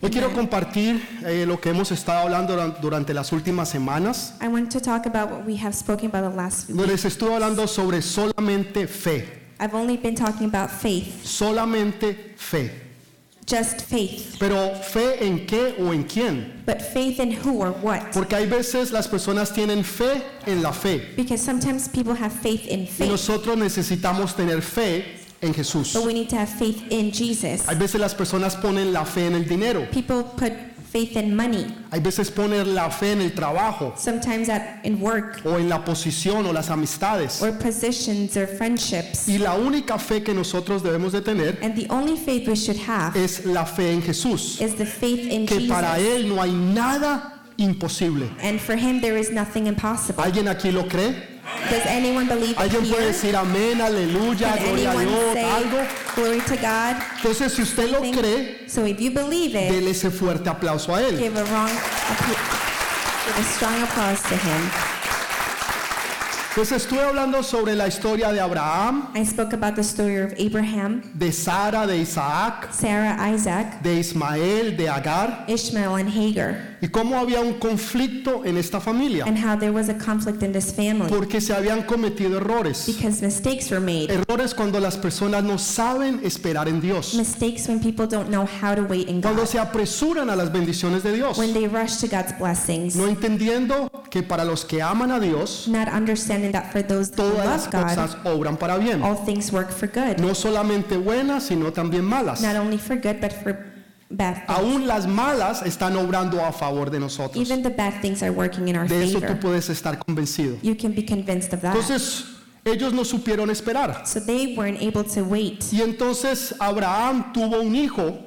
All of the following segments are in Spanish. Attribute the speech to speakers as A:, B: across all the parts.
A: Hoy quiero compartir eh, lo que hemos estado hablando duran- durante las últimas semanas.
B: I want to talk about what we have spoken about the last few.
A: Donde les estuve hablando sobre solamente fe,
B: I've only been talking about faith,
A: solamente fe.
B: just faith.
A: Pero fe en qué o en quién?
B: But faith in who or what?
A: Porque hay veces las personas tienen fe en la fe
B: Because sometimes people have faith in
A: y
B: faith,
A: nosotros necesitamos tener fe en Jesús.
B: but we need to have faith in Jesus.
A: Hay veces las personas ponen la fe en el dinero,
B: People put faith in money,
A: hay veces ponen la fe en el trabajo
B: sometimes at, in work
A: o en la posición o las amistades.
B: or positions or friendships.
A: Y la única fe que nosotros debemos de tener
B: And the only faith we should have
A: es la fe en Jesús,
B: is the faith in
A: Eh, que para
B: Jesus.
A: Él no hay nada imposible.
B: And for him, there is nothing impossible.
A: ¿Alguien aquí lo cree?
B: Does anyone believe it
A: ¿Alguien puede
B: here?
A: decir amén, aleluya,
B: Can
A: gloria a
B: anyone
A: Dios, algo?
B: say glory to God?
A: Entonces, si usted lo
B: Thank-
A: cree,
B: So if you believe it,
A: déle ese fuerte aplauso a Él.
B: give a wrong, appu- give a strong applause to him.
A: Pues estuve hablando sobre la historia de Abraham,
B: I spoke about the story of Abraham,
A: de Sara, de Isaac,
B: Sarah, Isaac,
A: de Ismael, de Agar,
B: Ishmael, and Hagar,
A: y cómo había un conflicto en esta familia,
B: and how there was a conflict in this family
A: porque se habían cometido errores.
B: because mistakes were made.
A: Errores cuando las personas no saben esperar en Dios.
B: Mistakes when people don't know how to wait in
A: cuando
B: God,
A: se apresuran a las bendiciones de Dios,
B: when they rush to God's blessings,
A: no entendiendo que para los que aman a Dios,
B: not understanding that for those who
A: todas las
B: love God,
A: cosas obran para bien,
B: all things work for good,
A: no solamente buenas, sino también malas.
B: not only for good but for bad. things.
A: Aún las malas están obrando a favor de nosotros.
B: Even the bad things are working in our
A: De eso tú
B: favor.
A: puedes estar convencido.
B: You can be convinced of that.
A: Entonces, ellos no supieron esperar.
B: So they weren't able to wait.
A: Y entonces Abraham tuvo un hijo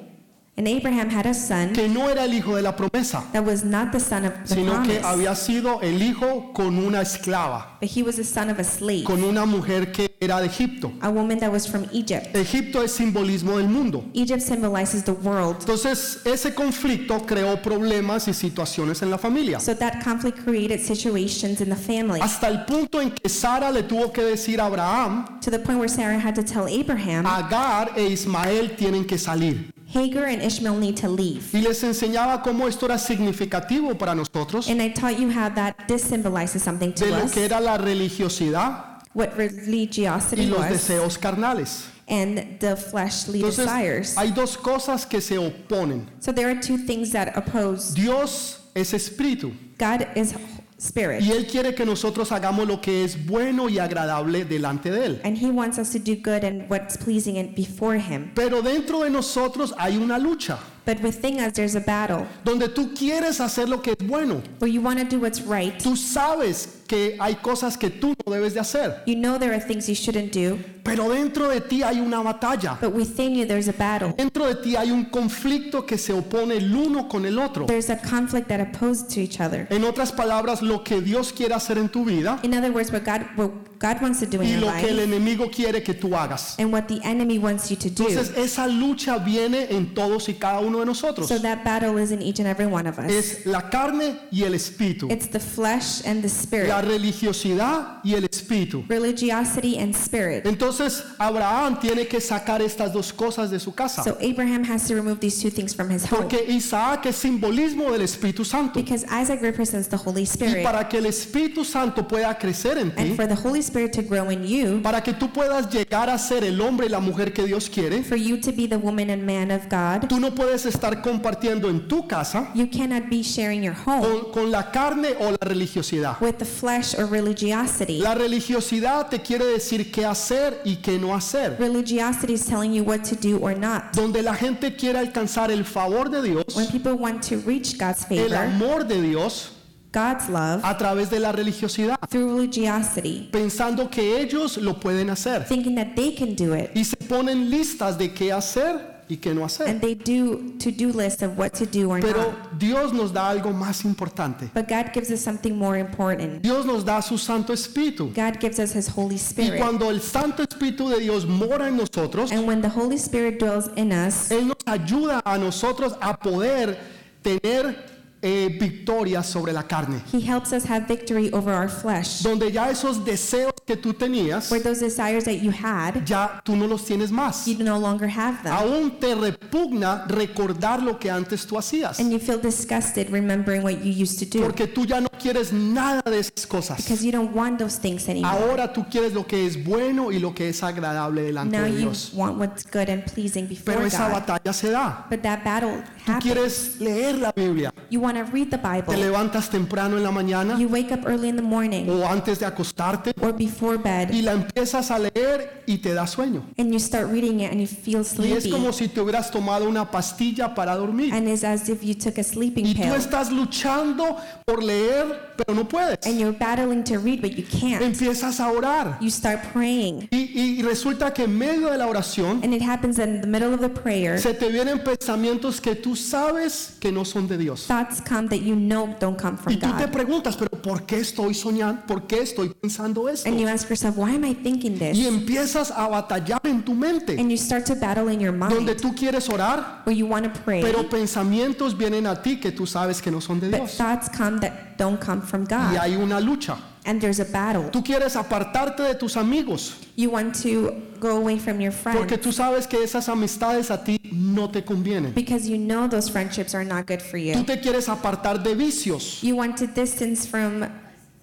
B: And Abraham had a son
A: que no era el hijo de la promesa,
B: that was not the son of the
A: sino que
B: promise,
A: había sido el hijo con una esclava,
B: but he was the son of a slave,
A: con una mujer que era de Egipto.
B: a woman that was from Egypt.
A: Egipto es simbolismo del mundo.
B: Egypt symbolizes the world.
A: Entonces, ese conflicto creó problemas y situaciones en la familia.
B: So that conflict created situations in the family
A: Hasta el punto en que Sara le tuvo que decir a Abraham,
B: to the point where Sarah had to tell Abraham,
A: Agar e Ismael tienen que salir.
B: Hagar and Ishmael need to leave.
A: Y les enseñaba cómo esto era significativo para nosotros,
B: And I taught you how that this symbolizes something
A: de
B: to
A: lo
B: us,
A: que era la religiosidad
B: what
A: y
B: religiosity
A: los
B: was,
A: deseos carnales.
B: and the fleshly
A: Entonces,
B: desires.
A: hay dos cosas que se oponen.
B: So there are two things that oppose.
A: Dios es espíritu
B: God is spirit.
A: y Él quiere que nosotros hagamos lo que es bueno y agradable delante de Él.
B: And he wants us to do good and what's pleasing and before him.
A: Pero dentro de nosotros hay una lucha.
B: But within us, there's a battle
A: donde tú quieres hacer lo que es bueno.
B: where you want to do what's right.
A: Tú sabes que hay cosas que tú no debes de hacer,
B: You know there are things you shouldn't do,
A: pero dentro de ti hay una batalla.
B: but within you, there's a battle.
A: Dentro de ti hay un conflicto que se opone el uno con el otro.
B: There's a conflict that opposes to each other.
A: En otras palabras, lo que Dios quiere hacer en tu vida
B: In other words, what God, what God wants to do in
A: y
B: your
A: lo que el
B: life
A: enemigo quiere que tú hagas.
B: and what the enemy wants you to do.
A: Entonces, esa lucha viene en todos y cada uno de nosotros.
B: So that battle is in each and every one of us.
A: Es la carne y el espíritu,
B: It's the flesh and the
A: la
B: spirit,
A: religiosidad y el espíritu.
B: religiosity and spirit.
A: Entonces, Abraham tiene que sacar estas dos cosas de su casa.
B: So Abraham has to remove these two things from his home
A: Porque Isaac es simbolismo del Espíritu Santo.
B: because Isaac represents the Holy
A: Y
B: Spirit.
A: para que el Espíritu Santo pueda crecer en
B: And
A: ti,
B: for the Holy Spirit to grow in you,
A: para que tú puedas llegar a ser el hombre y la mujer que Dios quiere,
B: for you to be the woman and man of God,
A: tú no puedes estar compartiendo en tu casa
B: you cannot be sharing your home
A: con, con la carne o la religiosidad.
B: with the flesh or religiosity.
A: La religiosidad te quiere decir qué hacer y qué no hacer.
B: Religiosity is telling you what to do or not.
A: Donde la gente quiere alcanzar el favor de Dios,
B: When people want to reach God's
A: el
B: favor,
A: amor de Dios,
B: God's love,
A: a través de la religiosidad,
B: through religiosity,
A: pensando que ellos lo pueden hacer.
B: thinking that they can do it.
A: y se ponen listas de qué hacer y qué no hacer.
B: And they do to do lists of what to do or
A: Pero
B: not.
A: Dios nos da algo más importante.
B: But God gives us something more important.
A: Dios nos da su Santo Espíritu.
B: God gives us His Holy
A: Y
B: Spirit.
A: cuando el Santo Espíritu de Dios mora en nosotros,
B: And when the Holy Spirit dwells in us,
A: Él nos ayuda a nosotros a poder tener eh, victoria sobre la carne.
B: He helps us have victory over our flesh.
A: Donde ya esos deseos que tú tenías,
B: Where those desires that you had,
A: ya tú no los tienes más.
B: you no longer have them.
A: Aún te repugna recordar lo que antes tú hacías.
B: And you feel disgusted remembering what you used to do.
A: Porque tú ya no quieres nada de esas cosas.
B: Because you don't want those things anymore.
A: Ahora tú quieres lo que es bueno y lo que es agradable delante
B: Now
A: de
B: you
A: Dios.
B: want what's good and pleasing
A: Pero
B: before
A: esa
B: God.
A: batalla se da.
B: But that battle
A: Tú
B: happens.
A: quieres leer la Biblia.
B: You want to read the
A: Te
B: Bible.
A: levantas temprano en la mañana
B: You wake up early in the morning
A: o antes de acostarte
B: or before
A: Oh. y
B: bed
A: la empiezas a leer y te da sueño.
B: and you start reading it and you
A: Y
B: feel
A: es
B: sleepy.
A: como si te hubieras tomado una pastilla para dormir.
B: And it's as if you took a sleeping
A: Y tú
B: pill
A: estás luchando por leer, pero no puedes.
B: and you're battling to read, but you can't.
A: Empiezas a orar.
B: You start praying.
A: Y, y resulta que en medio de la oración
B: And it happens that in the middle of the prayer,
A: se te vienen pensamientos que tú sabes que no son de Dios.
B: thoughts come that you know don't come
A: Y
B: from
A: tú te
B: God.
A: preguntas, pero ¿por qué estoy soñando? ¿Por qué estoy pensando esto?
B: And you ask yourself, why am I thinking
A: Y
B: this?
A: empiezas a batallar en tu mente,
B: And you start to battle in your
A: donde
B: mind
A: tú quieres orar,
B: where you want to pray,
A: pero pensamientos vienen a ti que tú sabes que no son de
B: but
A: Dios.
B: thoughts come that don't come from
A: Y
B: God.
A: hay una lucha.
B: And there's a battle.
A: Tú quieres apartarte de tus amigos,
B: You want to go away from your
A: porque
B: friends
A: tú sabes que esas amistades a ti no te convienen.
B: because you know those friendships are not good
A: Tú
B: for you.
A: te quieres apartar de vicios,
B: You want to distance from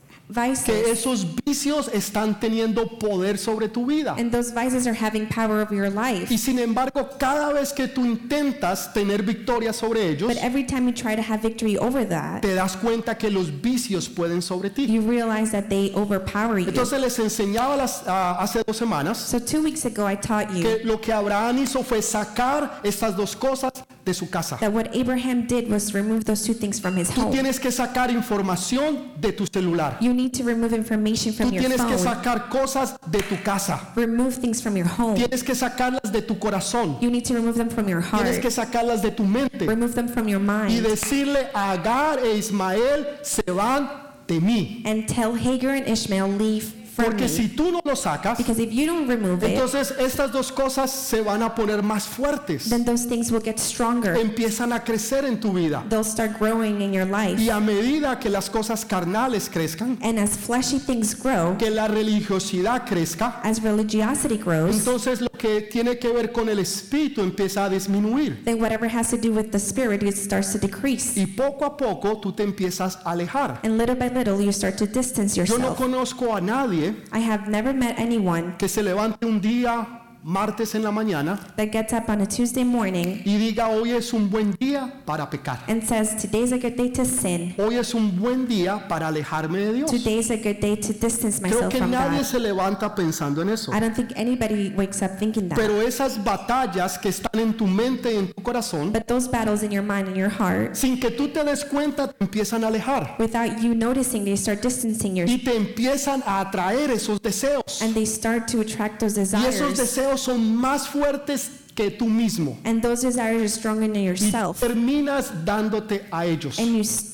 A: que
B: vices,
A: esos vicios están teniendo poder sobre tu vida.
B: and those vices are having power over your life.
A: Y sin embargo, cada vez que tú intentas tener victoria sobre ellos,
B: But every time you try to have victory over that,
A: te das cuenta que los vicios pueden sobre ti.
B: you realize that they overpower you.
A: Entonces les enseñaba las- a- hace dos semanas
B: So, two weeks ago, I taught you
A: que lo que Abraham hizo fue sacar estas dos cosas de su casa.
B: that what Abraham did was remove those two things from his
A: Tú
B: home.
A: tienes que sacar información de tu celular.
B: You need to remove information
A: Tú
B: from your
A: tienes que
B: phone,
A: sacar cosas de tu casa.
B: remove things from your home.
A: Tienes que sacarlas de tu corazón.
B: You need to remove them from your
A: Tienes que
B: heart,
A: sacarlas de tu mente.
B: remove them from your
A: Y
B: mind,
A: decirle a Agar e Ismael, se van de mí.
B: and tell Hagar and Ishmael, Leave from
A: Porque
B: me.
A: si tú no lo sacas,
B: Because if you don't remove it,
A: entonces estas dos cosas se van a poner más fuertes.
B: then those things will get stronger.
A: empiezan a crecer en tu vida.
B: They'll start growing in your life.
A: Y a medida que las cosas carnales crezcan,
B: And as fleshy things grow,
A: que la religiosidad crezca,
B: as religiosity grows,
A: entonces lo que tiene que ver con el espíritu empieza a disminuir.
B: then whatever has to do with the spirit, it starts to decrease.
A: Y poco a poco tú te empiezas a alejar.
B: And little by little, you start to distance
A: Yo no
B: yourself.
A: conozco a nadie
B: I have never met anyone
A: que se levante un día, martes en la mañana,
B: that gets up on a Tuesday morning
A: y diga hoy es un buen día para pecar.
B: and says, Today's a good day to sin.
A: Hoy es un buen día para alejarme de Dios.
B: Today's a good day to distance
A: Creo
B: myself
A: que
B: from
A: nadie
B: God.
A: se levanta pensando en eso.
B: I don't think anybody wakes up thinking that.
A: Pero esas batallas que están en tu mente y en tu corazón,
B: But those battles in your mind and your heart,
A: sin que tú te des cuenta, te empiezan a alejar
B: without you noticing, they start distancing yourself.
A: y te empiezan a atraer esos deseos.
B: and they start to attract those
A: Y esos
B: desires
A: deseos son más fuertes que tú mismo.
B: and those desires are stronger than
A: Y
B: yourself
A: terminas dándote a ellos.
B: and you s-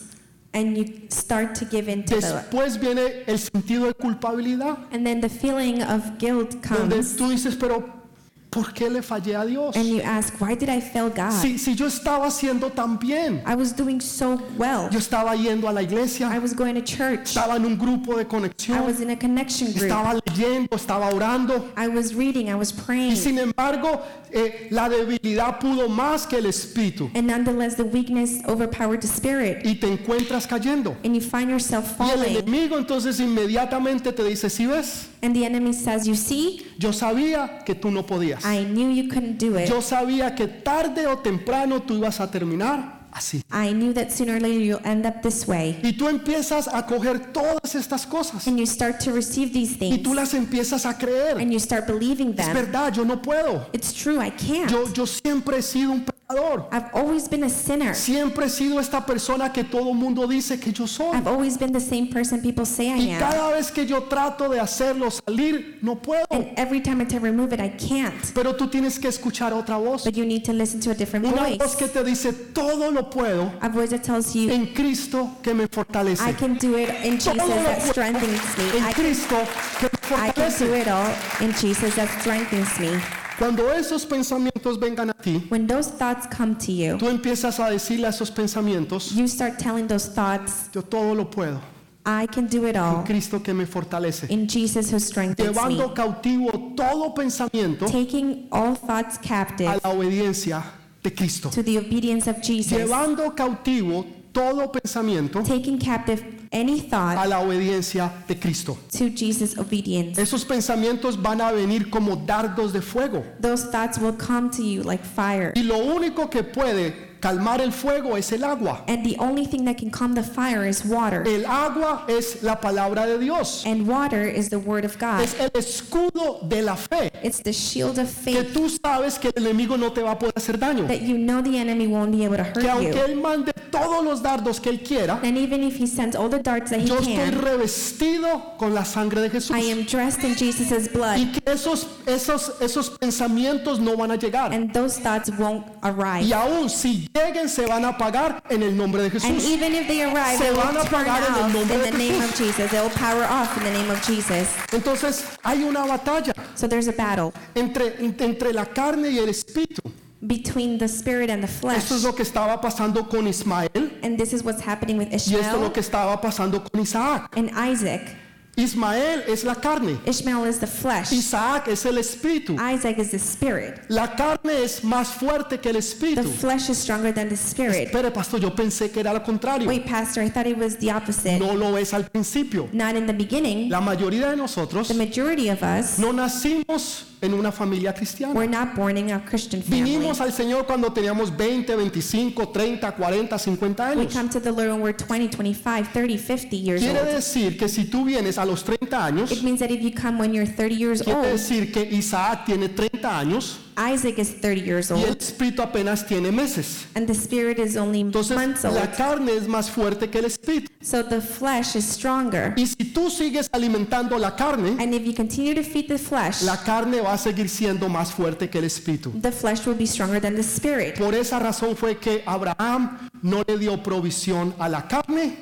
B: and you start to give in to the
A: Después viene el sentido de culpabilidad,
B: and then the feeling of guilt
A: donde
B: comes
A: tú dices, pero ¿por qué le fallé a Dios?
B: and you ask why did i fail god
A: Si, si yo estaba haciendo tan bien,
B: i was doing so well
A: yo estaba yendo a la
B: i
A: iglesia,
B: was going to church
A: estaba en un grupo de
B: i
A: conexión,
B: was in a connection group
A: estaba leyendo, estaba orando.
B: i was reading i was
A: Y
B: praying
A: sin embargo, eh, la debilidad pudo más que el espíritu.
B: and nonetheless the weakness overpowered the spirit
A: Y te encuentras cayendo.
B: and you find yourself
A: Y el
B: falling
A: enemigo entonces inmediatamente te dice, si ves,
B: and the enemy says you see
A: yo sabía que tú no podías.
B: i knew you couldn't do it
A: Yo sabía que tarde o temprano tú ibas a terminar así.
B: i knew that sooner or later you'll end up this way
A: Y tú empiezas a coger todas estas cosas
B: and you start to receive these
A: y tú
B: things
A: las empiezas a creer.
B: and you start believing
A: Es
B: them
A: verdad, yo no puedo.
B: it's true i can't
A: Yo, yo siempre he sido un pecador.
B: i've always been a sinner
A: Siempre he sido esta persona que todo mundo dice que yo soy.
B: i've always been the same person people say i
A: Y
B: am
A: cada vez que yo trato de hacerlo salir, no puedo.
B: and every time i try to remove it i can't
A: Pero tú tienes que escuchar otra voz.
B: but you need to listen to a different
A: Una voz
B: voice
A: que te dice, todo lo puedo
B: a voice that tells you
A: en Cristo que me
B: i
A: fortalece.
B: can do it in jesus that strengthens me
A: En
B: i,
A: Cristo que me
B: I can do
A: fortalece.
B: it all in jesus that strengthens me
A: Cuando esos pensamientos vengan a ti,
B: When those thoughts come to you,
A: tú empiezas a decirle a esos pensamientos,
B: you start telling those thoughts,
A: yo todo lo puedo,
B: I can do it
A: en
B: all
A: Cristo que me fortalece.
B: in Jesus who strengthens Oh. me.
A: Llevando cautivo todo pensamiento
B: Taking all thoughts
A: a
B: captive
A: la obediencia de Cristo.
B: to the obedience of Jesus.
A: Llevando cautivo todo pensamiento
B: Taking captive any
A: a
B: thought
A: la obediencia de Cristo.
B: to Jesus' obedience.
A: Esos pensamientos van a venir como dardos de fuego.
B: Those thoughts will come to you like fire.
A: Y lo único que puede calmar el fuego es el agua.
B: And the only thing that can calm the fire is water.
A: El agua es la palabra de Dios.
B: And water is the word of God.
A: Es el escudo de la fe.
B: It's the shield of
A: Que
B: faith
A: tú sabes que el enemigo no te va a poder hacer daño.
B: that you know the enemy won't be able to
A: Que
B: hurt
A: aunque
B: you.
A: él mande todos los dardos que él quiera,
B: And even if he sends all the darts that he
A: yo estoy
B: can,
A: revestido con la sangre de Jesús.
B: I am dressed in Jesus' blood,
A: Y que esos, esos, esos pensamientos no van a llegar.
B: and those thoughts won't
A: Y
B: arrive.
A: aún si lleguen, se van a pagar en el nombre de
B: And
A: Jesús.
B: even if they arrive,
A: Se
B: they
A: van a
B: will turn
A: apagar en el
B: off
A: nombre de
B: in the name of
A: Jesús.
B: Jesus. They will power off in the name of Jesus.
A: Entonces hay una batalla
B: So there's a battle
A: entre, entre la carne y el espíritu.
B: between the spirit and the flesh.
A: Esto es lo que estaba pasando con Ismael
B: And this is what's happening with
A: y esto es lo
B: Ishmael
A: que estaba pasando con Isaac.
B: and Isaac.
A: Ismael es la carne,
B: Ishmael is the flesh.
A: Isaac es el espíritu.
B: Isaac is the spirit.
A: La carne es más fuerte que el
B: The
A: espíritu.
B: flesh is stronger than the spirit.
A: Pero pastor, yo pensé que era lo contrario.
B: Wait, Pastor, I thought it was the opposite.
A: No lo es al principio.
B: Not in the beginning.
A: La mayoría de nosotros
B: The majority of us
A: no nacimos en una familia cristiana.
B: were not born in a Christian family.
A: Vinimos al Señor cuando teníamos 20, 25, 30, 40, 50
B: We
A: años.
B: come to the Lord when we're 20, 25, 30, 50 years
A: Quiere
B: old.
A: decir que si tú vienes a los 30
B: It
A: años,
B: means that if you come when you're 30 years
A: quiere
B: old,
A: decir que Isaac tiene 30 años
B: Isaac is 30 years
A: y el
B: old,
A: espíritu apenas tiene meses.
B: and the spirit is only months
A: Entonces
B: old.
A: la carne es más fuerte que el espíritu.
B: So the flesh is stronger.
A: Y si tú sigues alimentando la carne,
B: And if you continue to feed the flesh,
A: la carne va a seguir siendo más fuerte que el espíritu.
B: the flesh will be stronger than the spirit.
A: Por esa razón fue que Abraham no le dio provisión a la carne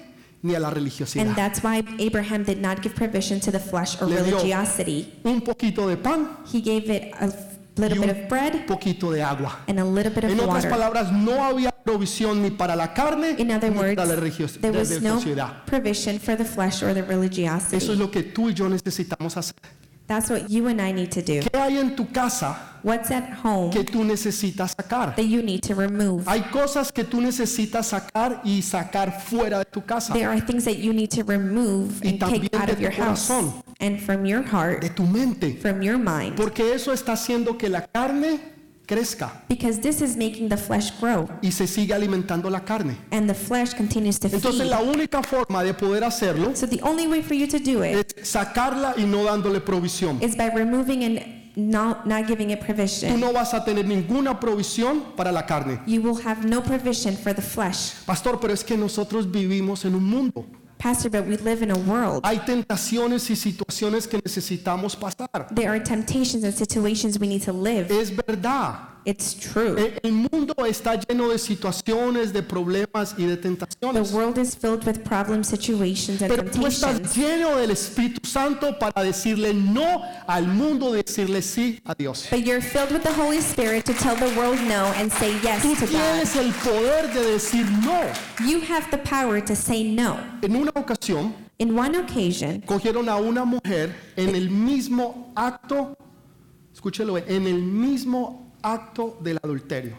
A: ni a la
B: And
A: religiosidad.
B: that's why Abraham did not give provision to the flesh or
A: Le dio-
B: religiosity.
A: Un poquito de pan
B: He gave it a
A: y
B: little bit
A: un
B: of bread
A: poquito de agua.
B: and a little bit of
A: En otras
B: water.
A: palabras, no había provisión ni para la carne
B: In other
A: ni
B: words,
A: para la religios-
B: there
A: la
B: was no
A: religiosidad.
B: provision for the flesh or
A: Eso
B: the
A: es
B: religiosity.
A: lo que tú y yo necesitamos hacer.
B: That's what you and I need to do.
A: ¿Qué hay en tu casa
B: What's at home
A: que tú necesitas sacar?
B: that you need to remove?
A: Hay cosas que tú necesitas sacar y sacar fuera de tu casa,
B: There are things that you need to remove
A: Y
B: and take
A: también
B: out
A: de
B: of your
A: tu
B: house
A: corazón.
B: and from your
A: de
B: heart,
A: tu mente,
B: from your mind,
A: porque eso está haciendo que la carne crezca
B: because this is making the flesh grow
A: y se sigue alimentando la carne.
B: and the flesh continues to
A: Entonces
B: feed.
A: la única forma de poder hacerlo
B: So the only way for you to do it
A: es sacarla y no dándole provisión.
B: is by removing and not, not giving it
A: Tú
B: provision.
A: no vas a tener ninguna provisión para la carne.
B: You will have no provision for the flesh.
A: Pastor, pero es que nosotros vivimos en un mundo.
B: Pastor, but we live in a world.
A: Hay tentaciones y situaciones que necesitamos pasar.
B: There are temptations and situations we need to live.
A: Es verdad.
B: It's true.
A: E- El mundo está lleno de situaciones, de problemas y de
B: The
A: tentaciones.
B: world is filled with problems, situations, and
A: Pero tú estás
B: temptations.
A: lleno del Espíritu Santo para decirle no al mundo, decirle sí a Dios.
B: But you're filled with the Holy Spirit to tell the world no and say yes
A: Tú
B: to God.
A: tienes el poder de decir no.
B: You have the power to say no.
A: En una ocasión,
B: In one occasion,
A: cogieron a una mujer en el mismo acto, escúchelo, bien, en el mismo acto del adulterio.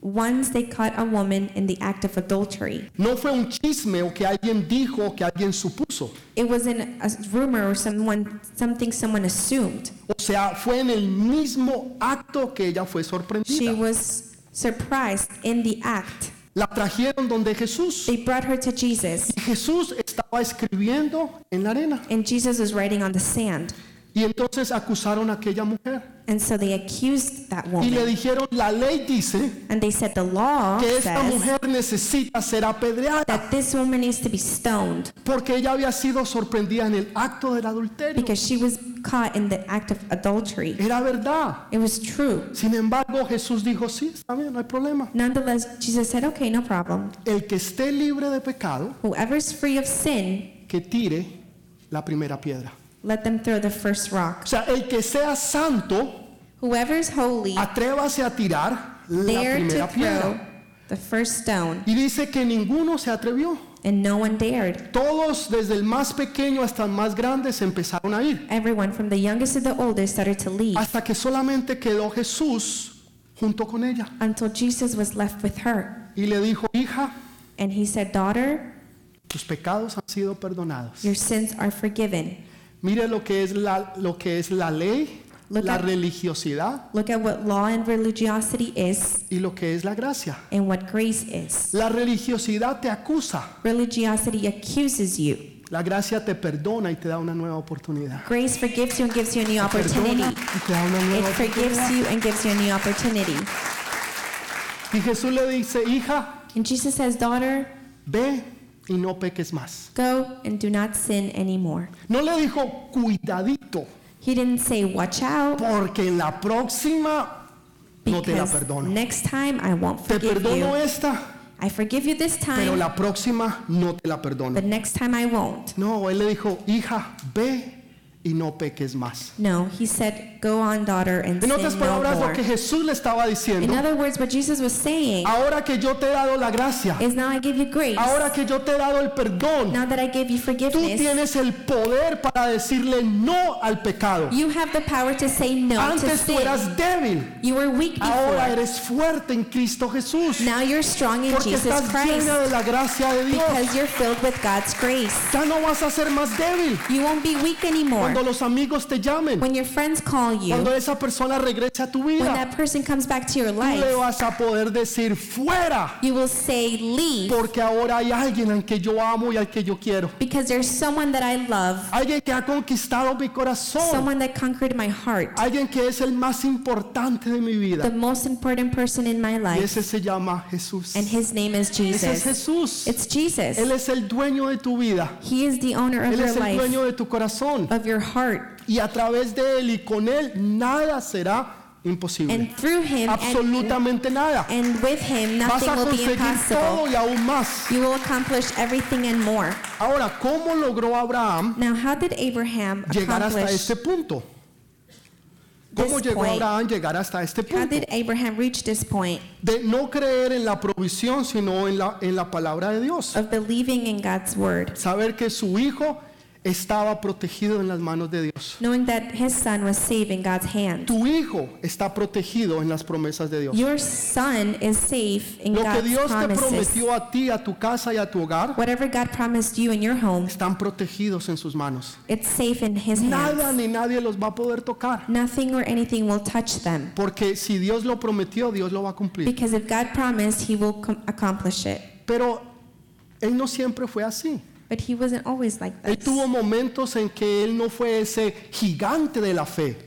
B: once they caught a woman in the act of adultery.
A: No fue un chisme o que alguien dijo o que alguien supuso.
B: It wasn't a rumor or someone something someone assumed.
A: O sea, fue en el mismo acto que ella fue
B: She
A: sorprendida.
B: was surprised in the act.
A: La trajeron donde Jesús.
B: They brought her to Jesus,
A: Y Jesús estaba escribiendo en la arena.
B: and Jesus was writing on the sand.
A: Y entonces acusaron a aquella mujer.
B: And so they accused that
A: Y le
B: woman.
A: dijeron, la ley dice
B: And they said the law
A: que esta
B: says
A: mujer necesita ser apedreada
B: that this woman needs to be stoned
A: porque ella había sido sorprendida en el acto del adulterio.
B: because she was caught in the act of adultery.
A: Era verdad.
B: It was true.
A: Sin embargo, Jesús dijo, sí, está bien, no hay problema.
B: Nonetheless, Jesus said, okay, no problem.
A: El que esté libre de pecado,
B: Whoever's free of sin,
A: que tire la primera piedra.
B: let them throw the first
A: O
B: rock.
A: sea, el que sea santo,
B: Whoever is holy,
A: Atrévase a tirar la
B: dare to
A: primera
B: throw
A: piedra.
B: the first stone.
A: Y dice que ninguno se atrevió.
B: And no one dared.
A: Todos, desde el más pequeño hasta el más grande, se empezaron a ir.
B: Everyone, from the youngest to the oldest, started to leave
A: Hasta que solamente quedó Jesús junto con ella.
B: until Jesus was left with her.
A: Y le dijo, hija,
B: And he said, Daughter,
A: tus pecados han sido perdonados.
B: your sins are forgiven.
A: Mire lo que es la, lo que es la ley,
B: Look
A: la
B: at-
A: religiosidad
B: Look at what law and religiosity is
A: y lo que es la gracia.
B: and what grace is.
A: La religiosidad te acusa,
B: Religiosity accuses you.
A: la gracia te perdona y te da una nueva oportunidad.
B: Grace forgives you and gives you a new opportunity.
A: Perdona y te da una
B: It
A: nueva
B: forgives
A: oportunidad.
B: you and gives you a new opportunity.
A: Y Jesús le dice, hija,
B: And Jesus says, Daughter,
A: ve y no peques más.
B: go and do not sin anymore.
A: No le dijo, cuidadito,
B: He didn't say, Watch out,
A: porque la próxima no te la
B: because
A: perdono.
B: next time I won't
A: Te
B: forgive
A: perdono
B: you.
A: esta,
B: I forgive you this
A: pero
B: time,
A: la próxima no te la perdono.
B: but next time I won't.
A: No, él le dijo, hija, ve y no peques más.
B: No, he said, Go on, daughter, and sin
A: En otras
B: no
A: palabras, lo
B: more.
A: que Jesús le estaba
B: In
A: diciendo,
B: other words, what Jesus was saying
A: ahora que yo te he dado la gracia,
B: is now I give you grace.
A: ahora que yo te he dado el perdón,
B: Now that I gave you
A: tú
B: forgiveness,
A: tienes el poder para decirle no al pecado.
B: you have the power to say no to
A: Antes tú
B: sin.
A: eras débil,
B: You were weak
A: ahora
B: before.
A: eres fuerte en Cristo Jesús,
B: Now you're strong in
A: porque
B: Jesus
A: estás llena
B: Christ
A: de la gracia de Dios.
B: because you're filled with God's grace.
A: Ya no vas a ser más débil
B: You won't be weak anymore.
A: cuando los amigos te llamen,
B: When your friends call you,
A: cuando
B: when
A: esa persona regrese a tu vida,
B: that person comes back to your
A: tú le
B: life,
A: vas a poder decir fuera.
B: you will say, Leave,
A: Porque ahora hay alguien al que yo amo y al que yo quiero.
B: because there's someone that I love,
A: Alguien que ha conquistado mi corazón.
B: someone that conquered my heart,
A: Alguien que es el más importante de mi
B: the
A: vida.
B: most important person in my
A: Y
B: life,
A: ese se llama Jesús.
B: and his name is
A: Ese es
B: Jesus.
A: Jesús.
B: It's Jesus.
A: Él es el dueño de tu vida.
B: He is the owner of
A: Él
B: your
A: es el
B: life,
A: dueño de tu corazón.
B: of your heart,
A: Y a través de Él y con Él nada será imposible.
B: and through him and,
A: Absolutamente nada.
B: and with him,
A: Vas
B: nothing
A: a
B: will be
A: conseguir
B: impossible.
A: todo y aún más.
B: You will accomplish everything and more.
A: Ahora, ¿cómo logró Abraham
B: Now, how did Abraham
A: llegar hasta
B: accomplish?
A: este punto? ¿Cómo
B: This
A: llegó
B: point.
A: Abraham a llegar hasta este punto?
B: How did Abraham reach this point
A: De no creer en la provisión, sino en la, en la palabra de Dios.
B: of believing in God's word,
A: Saber que su hijo estaba protegido en las manos de Dios.
B: knowing that his son was saved in God's hand?
A: Tu hijo está protegido en las promesas de Dios.
B: Your son is safe in
A: Lo que
B: God's
A: Dios te
B: promises.
A: prometió a ti, a tu casa y a tu hogar,
B: Whatever God promised you in your home,
A: están protegidos en sus manos.
B: it's safe in his
A: Nada
B: hands.
A: ni nadie los va a poder tocar.
B: Nothing or anything will touch them.
A: Porque si Dios lo prometió, Dios lo va a cumplir.
B: Because if God promised, he will com- accomplish it.
A: Pero Él no siempre fue así.
B: But he wasn't always like
A: Él tuvo
B: that.
A: momentos en que él no fue ese gigante de la fe.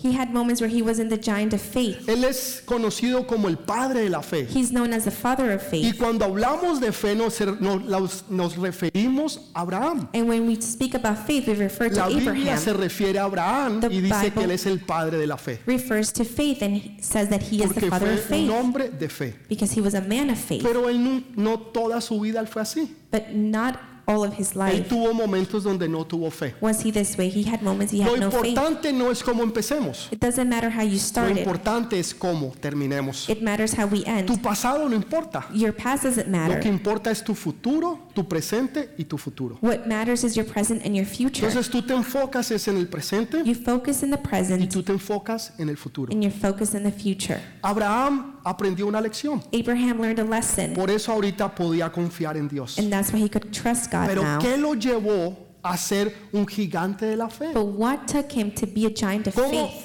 B: He had moments where he wasn't the giant of faith.
A: Él es conocido como el padre de la fe.
B: He's known as the father of faith.
A: Y cuando hablamos de fe nos, nos- nos referimos a Abraham.
B: And when we speak about faith, we refer to
A: La Biblia se
B: Abraham,
A: refiere a Abraham y
B: The
A: dice que
B: Bible-
A: él es el padre de la fe.
B: refers to faith, and he says that he is the
A: Porque
B: father of
A: fue un
B: faith
A: hombre de fe.
B: because he was a man of faith,
A: Pero él no, no toda su vida él fue así.
B: but not all of his
A: Él
B: life
A: tuvo momentos donde no tuvo fe.
B: was he this way. He had moments he
A: Lo
B: had no faith.
A: importante no es cómo empecemos.
B: It doesn't matter how you
A: Lo
B: started,
A: importante es cómo terminemos.
B: it matters how we end.
A: Tu pasado no importa.
B: Your past doesn't
A: Lo que
B: matter.
A: importa es tu futuro, tu presente y tu futuro.
B: What matters is your present and your future.
A: Entonces tú te enfocas es en el presente
B: You focus in the
A: y
B: present
A: tú te enfocas en el futuro.
B: and you focus in the future.
A: Abraham aprendió una lección.
B: Abraham learned a lesson,
A: Por eso ahorita podía confiar en Dios.
B: and that's why he could trust God
A: Pero
B: now.
A: ¿qué lo llevó a ser un gigante de la fe?
B: But what took him to be a giant of faith?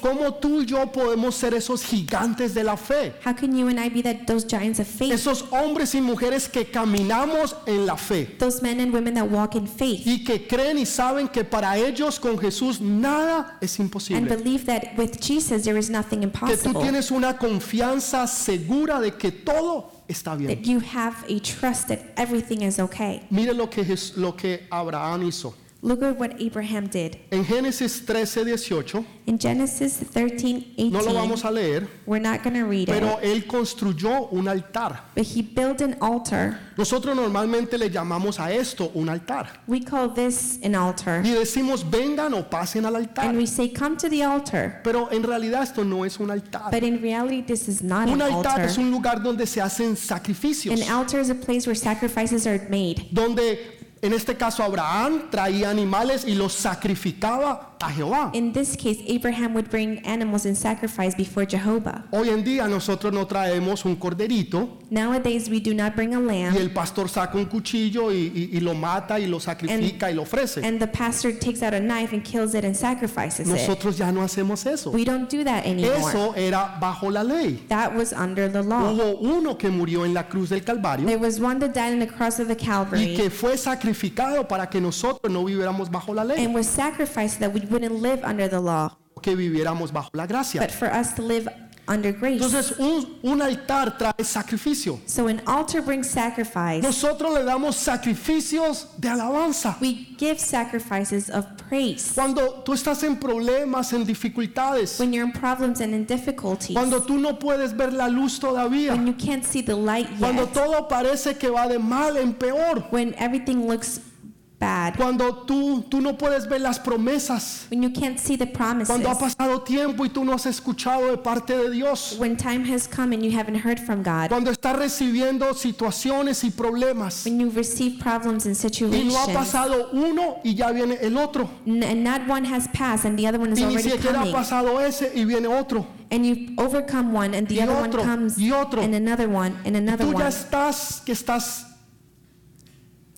A: ¿Cómo, cómo tú y yo podemos ser esos gigantes de la fe?
B: How can you and I be that those giants of faith,
A: Esos hombres y mujeres que caminamos en la fe
B: those men and women that walk in faith
A: y que creen y saben que para ellos con Jesús nada es
B: and
A: imposible.
B: believe that with Jesus there is nothing
A: que tú
B: impossible?
A: tienes una confianza segura de que todo está bien.
B: That you have a trust that everything is okay.
A: Mire lo que, Jes- lo que Abraham hizo.
B: Look at what Abraham did.
A: En Génesis 13, 18,
B: In Genesis 13, 18,
A: no lo vamos a leer,
B: we're not going to read
A: pero
B: it,
A: él construyó un altar.
B: but he built an altar.
A: Nosotros normalmente le llamamos a esto un altar.
B: We call this an altar.
A: Y decimos, vengan o pasen al altar.
B: And we say, come to the altar.
A: Pero en realidad esto no es un altar.
B: But in reality, this is not
A: Un
B: an
A: altar es
B: altar.
A: un lugar donde se hacen
B: An
A: sacrificios.
B: altar is a place where sacrifices are made.
A: Donde en este caso Abraham traía animales y los sacrificaba a Jehová.
B: In this case, Abraham would bring animals in sacrifice before Jehovah.
A: Hoy en día nosotros no traemos un corderito
B: Nowadays, we do not bring a
A: y
B: lamb,
A: el pastor saca un cuchillo y, y- y lo mata y lo sacrifica y lo ofrece.
B: and the pastor takes out a knife and kills it and sacrifices it.
A: Nosotros ya no hacemos eso.
B: We don't do that anymore.
A: Eso era bajo la ley.
B: That was under the law.
A: Hubo uno que murió en la cruz del Calvario
B: There was one that died on the cross of the
A: y
B: Calvary
A: que fue sacrificado para que nosotros no viviéramos bajo la ley,
B: and was sacrificed so that we wouldn't live under the law,
A: que viviéramos bajo la gracia.
B: but for us to live under grace.
A: Entonces un, un altar trae sacrificio.
B: So an altar brings sacrifice.
A: Nosotros le damos sacrificios de alabanza.
B: We give sacrifices of praise.
A: Cuando tú estás en problemas, en dificultades,
B: When you're in problems and in difficulties,
A: cuando tú no puedes ver la luz todavía,
B: when you can't see the light
A: cuando
B: yet,
A: todo parece que va de mal en peor,
B: when everything looks bad,
A: cuando tú, tú no puedes ver las promesas,
B: when you can't see the promises,
A: cuando ha pasado tiempo y tú no has escuchado de parte de Dios,
B: when time has come and you haven't heard from God,
A: cuando estás recibiendo situaciones y problemas
B: when you receive problems and
A: y no ha
B: situations,
A: pasado uno y ya viene el otro,
B: n- and not one has passed and the other one is
A: y ni
B: already
A: siquiera ha
B: coming,
A: pasado ese y viene otro.
B: and you overcome one and the
A: Y
B: other one
A: otro,
B: comes,
A: y otro.
B: and another one, and another
A: Tú ya
B: one,
A: estás que estás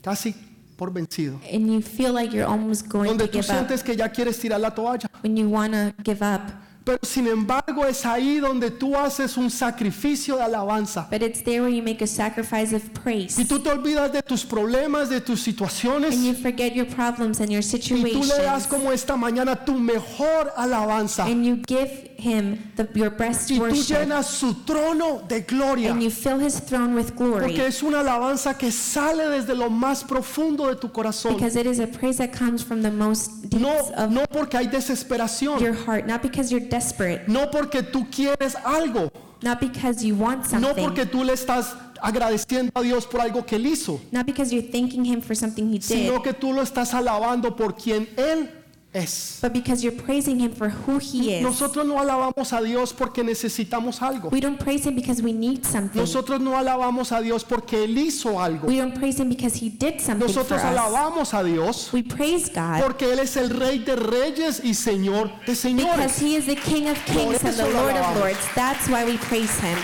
A: casi por vencido,
B: and you feel like you're almost going to
A: donde tú
B: give up,
A: sientes que ya quieres tirar la toalla.
B: when you want to give up.
A: Pero sin embargo es ahí donde tú haces un sacrificio de alabanza.
B: But it's there where you make a sacrifice of praise.
A: Y tú te olvidas de tus problemas, de tus situaciones.
B: and you
A: Y
B: forget your problems and your
A: tú le das
B: situations.
A: como esta mañana tu mejor alabanza.
B: And you give him the, your best
A: Ah. Y tú
B: worship.
A: llenas su trono de gloria.
B: And you fill his throne with
A: Porque
B: glory.
A: es una alabanza que sale desde lo más profundo de tu corazón.
B: Because it is a praise that comes from the most deeps
A: No,
B: of
A: no porque hay desesperación.
B: your heart. Not because you're desperate.
A: No porque tú quieres algo.
B: Not because you want
A: No
B: something.
A: porque tú le estás agradeciendo a Dios por algo que él hizo.
B: Not because you're thanking him for something he did.
A: Sino que tú lo estás alabando por quien él es.
B: But because you're praising him for who he is.
A: Nosotros no alabamos a Dios porque necesitamos algo.
B: We don't praise him because we need something.
A: Nosotros no alabamos a Dios porque Él hizo algo.
B: We don't praise him because he did something for
A: Nosotros
B: us.
A: alabamos a Dios
B: We praise God.
A: porque Él es el Rey de Reyes y Señor de
B: Because
A: Señores.
B: he is the King of Kings and the
A: eso lo
B: Lord of
A: alabamos.
B: Lords. That's why we praise him.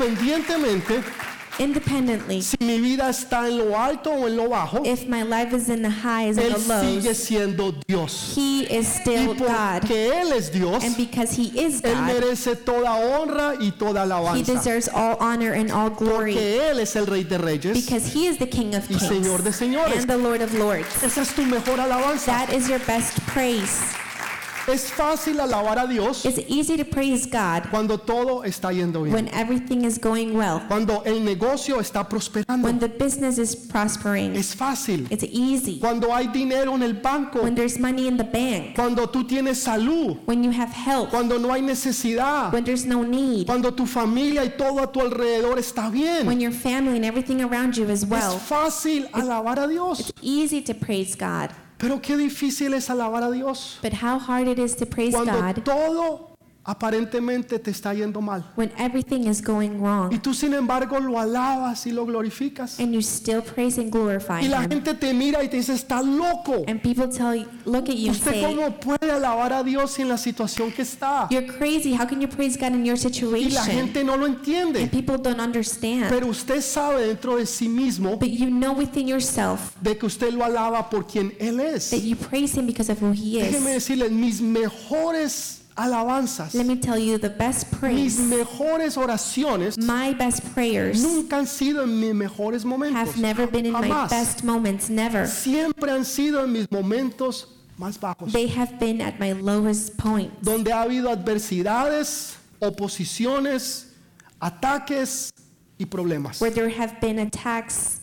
A: Independientemente
B: Independently,
A: si mi vida está en lo alto o en lo bajo,
B: if my life is in the highs and
A: Él
B: the
A: sigue
B: lows,
A: siendo Dios.
B: he is
A: Y
B: still God.
A: porque Él es Dios,
B: And because he is
A: Él
B: God,
A: merece toda honra y toda
B: he
A: alabanza.
B: deserves all honor and all glory.
A: Porque Él es el Rey de Reyes
B: Because he is the King of
A: y
B: Kings
A: Señor de Señores.
B: and the Lord of Lords.
A: Esa es tu mejor alabanza.
B: That is your best praise.
A: Es fácil alabar a Dios
B: It's easy to praise God
A: cuando todo está yendo bien,
B: when everything is going well,
A: cuando el negocio está prosperando.
B: when the business is prospering.
A: Es fácil
B: It's easy.
A: cuando hay dinero en el banco,
B: When there's money in the bank,
A: cuando tú tienes salud,
B: when you have health,
A: cuando no hay necesidad,
B: when there's no need,
A: cuando tu familia y todo a tu alrededor está bien.
B: when your family and everything around you is
A: Es
B: well.
A: fácil alabar a Dios,
B: Easy to praise God,
A: pero qué difícil es alabar a Dios
B: but how hard it is to praise
A: cuando
B: God
A: todo aparentemente te está yendo mal.
B: when everything is
A: Y
B: going wrong
A: tú sin embargo lo alabas y lo glorificas.
B: and you still praise and glorify
A: Y la
B: Him.
A: gente te mira y te dice, está loco.
B: And people tell you, look at you and
A: ¿Usted
B: say,
A: cómo puede alabar a Dios en la situación que está?
B: You're crazy. How can you praise God in your
A: Y la
B: situation?
A: gente no lo
B: And
A: entiende.
B: people don't understand.
A: Pero usted sabe dentro de sí mismo
B: But you know within yourself
A: de que usted lo alaba por quien Él es.
B: that you praise Him because of who He
A: Déjeme
B: is.
A: decirle, mis mejores alabanzas,
B: Let me tell you the best
A: mis
B: praise,
A: mejores oraciones
B: my best prayers
A: nunca han sido en mis mejores momentos.
B: have never been in my
A: Jamás.
B: best moments, never.
A: Siempre han sido en mis momentos más bajos,
B: They have been at my lowest point,
A: donde ha habido adversidades, oposiciones, ataques y problemas.
B: where there have been attacks,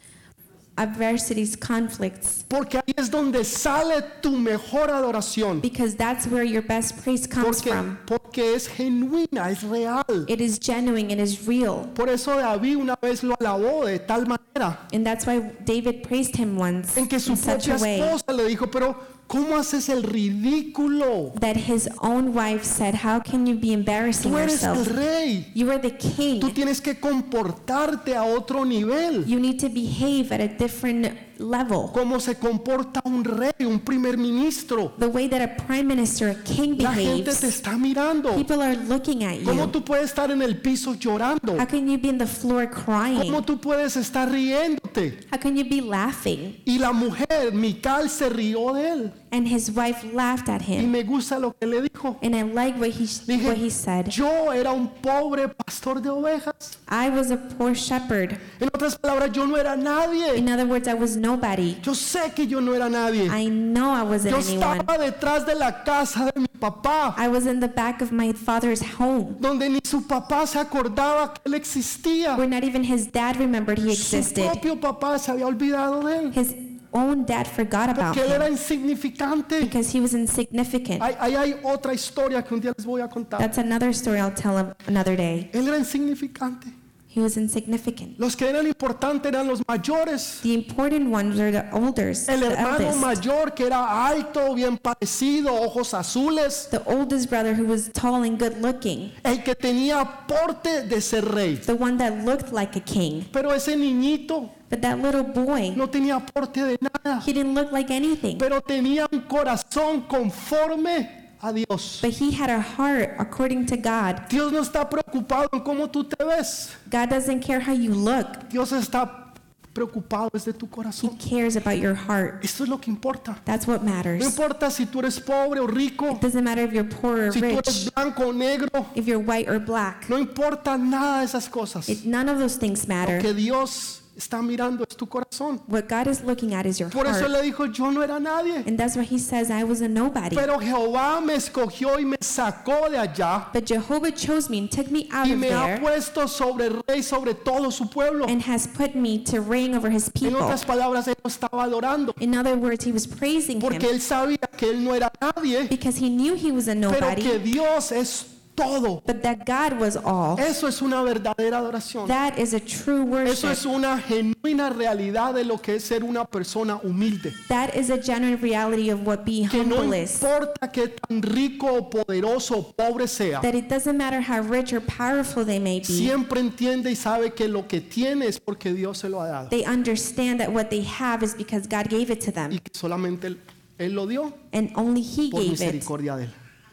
B: adversities, conflicts,
A: Porque ahí es donde sale tu mejor adoración.
B: because that's where your best praise comes
A: Porque,
B: from.
A: porque es genuina, es real.
B: It is genuine, it is real.
A: Por eso David una vez lo alabó de tal manera
B: And that's why David praised him once
A: en que
B: in
A: su
B: such
A: propia
B: a way
A: esposa le dijo, pero ¿cómo haces el ridículo?
B: that his own wife said, How can you be embarrassing
A: Tú eres el
B: yourself?
A: rey.
B: You are the king.
A: Tú tienes que comportarte a otro nivel.
B: You need to behave at a different level.
A: Cómo se comporta un rey, un primer ministro.
B: The way that a prime minister, a king
A: La gente te
B: behaves,
A: está mirando.
B: people are looking at
A: ¿Cómo
B: you.
A: tú puedes estar en el piso llorando?
B: How can you be on the floor
A: ¿Cómo
B: crying?
A: tú puedes estar riéndote?
B: How can you be laughing?
A: Y la mujer, Mical, se rió de él.
B: And his wife laughed at
A: Y
B: him.
A: me gusta lo que le dijo.
B: And I like what he, what he
A: Dije,
B: said.
A: yo era un pobre pastor de ovejas.
B: I was a poor shepherd.
A: En otras palabras, yo no era nadie.
B: In other words, I was nobody.
A: Yo sé que yo no era nadie.
B: I know I wasn't
A: Yo
B: anyone.
A: estaba detrás de la casa de mi papá,
B: I was in the back of my father's home,
A: donde ni su papá se acordaba que él existía.
B: where not even his dad remembered he
A: Su
B: existed.
A: propio papá se había olvidado de él,
B: His own dad forgot about
A: porque él
B: him
A: era insignificante.
B: because he was insignificant.
A: Ahí ahí hay otra historia que un día les voy a contar.
B: That's another story I'll tell of- another day.
A: Él era insignificante.
B: He was insignificant.
A: Los que eran importantes eran los mayores.
B: The important ones are the olders,
A: El
B: the
A: hermano
B: eldest.
A: mayor que era alto, bien parecido, ojos azules,
B: The oldest brother who was tall and good looking.
A: el que tenía aporte de ser rey.
B: The one that looked like a king.
A: Pero ese niñito
B: But that little boy,
A: no tenía aporte de nada.
B: he didn't look like anything.
A: pero tenía un corazón conforme a Dios.
B: But he had a heart according to God.
A: Dios no está preocupado en cómo tú te ves.
B: God doesn't care how you look.
A: Dios está preocupado desde tu
B: He
A: corazón.
B: cares about your heart.
A: Eso es lo que importa.
B: That's what
A: No
B: matters.
A: importa si tú eres pobre o rico,
B: It doesn't matter if you're poor or
A: si tú eres
B: rich,
A: blanco o negro,
B: if you're white or black.
A: no importa nada de esas cosas.
B: It, none of those things matter.
A: Que Dios está mirando es tu corazón.
B: What God is looking at is your
A: Por eso
B: heart.
A: le dijo, yo no era nadie,
B: And that's why he says, I was a nobody.
A: pero Jehová me escogió y me sacó de allá
B: But Jehovah chose me and took me out
A: y
B: of
A: me ha
B: there
A: puesto sobre rey sobre todo su pueblo.
B: and has put me to reign over his
A: En
B: people.
A: otras palabras, él lo estaba adorando
B: In other words, he was praising him
A: porque él sabía que él no era nadie,
B: because he knew he was a
A: pero que
B: nobody,
A: Dios es todo.
B: but that God was all.
A: Eso es una verdadera adoración.
B: That is a true
A: Eso
B: worship.
A: es una genuina realidad de lo que es ser una persona humilde.
B: That is a genuine reality of what being
A: Que no
B: humble is.
A: importa qué tan rico o poderoso o pobre sea,
B: That it doesn't matter how rich or powerful they may be,
A: siempre entiende y sabe que lo que tiene es porque Dios se lo ha dado
B: they understand that what they have is because God gave it to
A: y
B: them,
A: que solamente él, Él lo dio
B: and only He
A: por
B: gave it
A: misericordia de Él.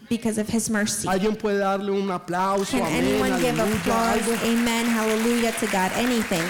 B: because of His mercy.
A: Alguien puede darle un aplauso,
B: Can
A: amén,
B: anyone give
A: aleluya,
B: applause?
A: algo.
B: Amen, hallelujah to God, anything.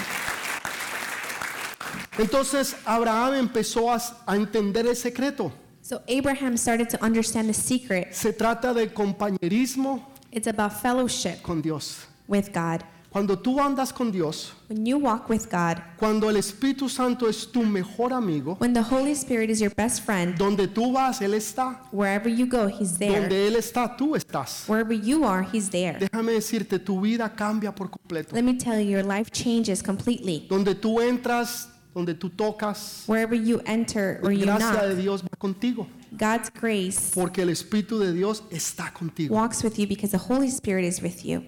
A: Entonces Abraham empezó a, a entender el secreto.
B: So Abraham started to understand the secret.
A: Se trata de compañerismo
B: It's about fellowship
A: con Dios.
B: with God.
A: Cuando tú andas con Dios,
B: When you walk with God,
A: cuando el Espíritu Santo es tu mejor amigo,
B: when the Holy Spirit is your best friend,
A: donde tú vas, Él está.
B: wherever you go, He's there.
A: Donde Él está, tú estás.
B: Wherever you are, He's there.
A: Déjame decirte, tu vida cambia por completo.
B: Let me tell you, your life changes completely.
A: Donde tú entras, donde tú tocas,
B: Wherever you enter or
A: la
B: you
A: gracia de
B: knock,
A: Dios va contigo.
B: God's grace
A: Porque el Espíritu de Dios está contigo.
B: walks with you because the Holy Spirit is with you.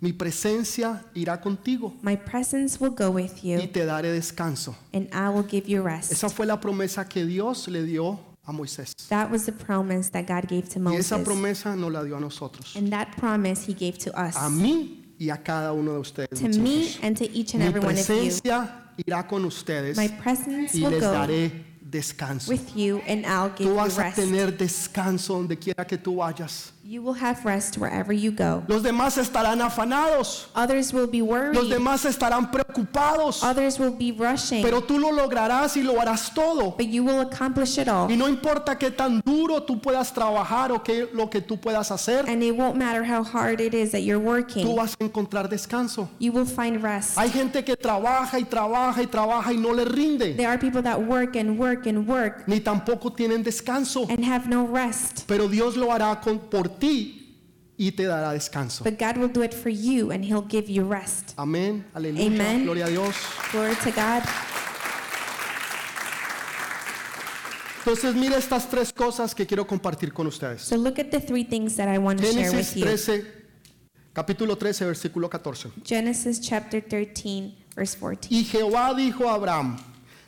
A: Mi presencia irá contigo
B: My presence will go with
A: y
B: you,
A: te daré descanso.
B: and I will give you rest.
A: Esa fue la promesa que Dios le dio a Moisés.
B: That was the promise that God gave to
A: Y esa
B: Moses.
A: promesa no la dio a nosotros.
B: And that promise he gave to us,
A: A mí y a cada uno de ustedes.
B: to
A: mis
B: me
A: hijos.
B: and to each and
A: Mi
B: every one of you.
A: presencia irá con ustedes
B: My presence
A: y
B: will
A: les
B: go
A: daré descanso.
B: with you, and I'll give
A: Tú
B: you
A: vas a
B: rest.
A: tener descanso donde quiera que tú vayas.
B: You will have rest wherever you go.
A: Los demás estarán afanados.
B: Others will be
A: Los
B: worried.
A: demás estarán preocupados.
B: Others will be rushing.
A: Pero tú lo lograrás y lo harás todo.
B: But you will accomplish it all.
A: Y no importa qué tan duro tú puedas trabajar o qué lo que tú puedas hacer.
B: And it won't matter how hard it is that you're
A: tú
B: working,
A: vas a encontrar descanso.
B: you will find rest.
A: Hay gente que trabaja y trabaja y trabaja y no le rinde,
B: There are people that work and work and work
A: ni tampoco tienen descanso,
B: and have no rest.
A: pero Dios lo hará con- por ti y te dará descanso.
B: But God will do it for you, and He'll give you rest.
A: Amén, aleluya,
B: Amen.
A: gloria a Dios.
B: Glory to God.
A: Entonces mira estas tres cosas que quiero compartir con ustedes.
B: So look at the three things that I want to share
A: Génesis
B: with you.
A: 13, capítulo 13, versículo 14.
B: Genesis chapter 13, verse 14.
A: Y Jehová dijo a Abraham,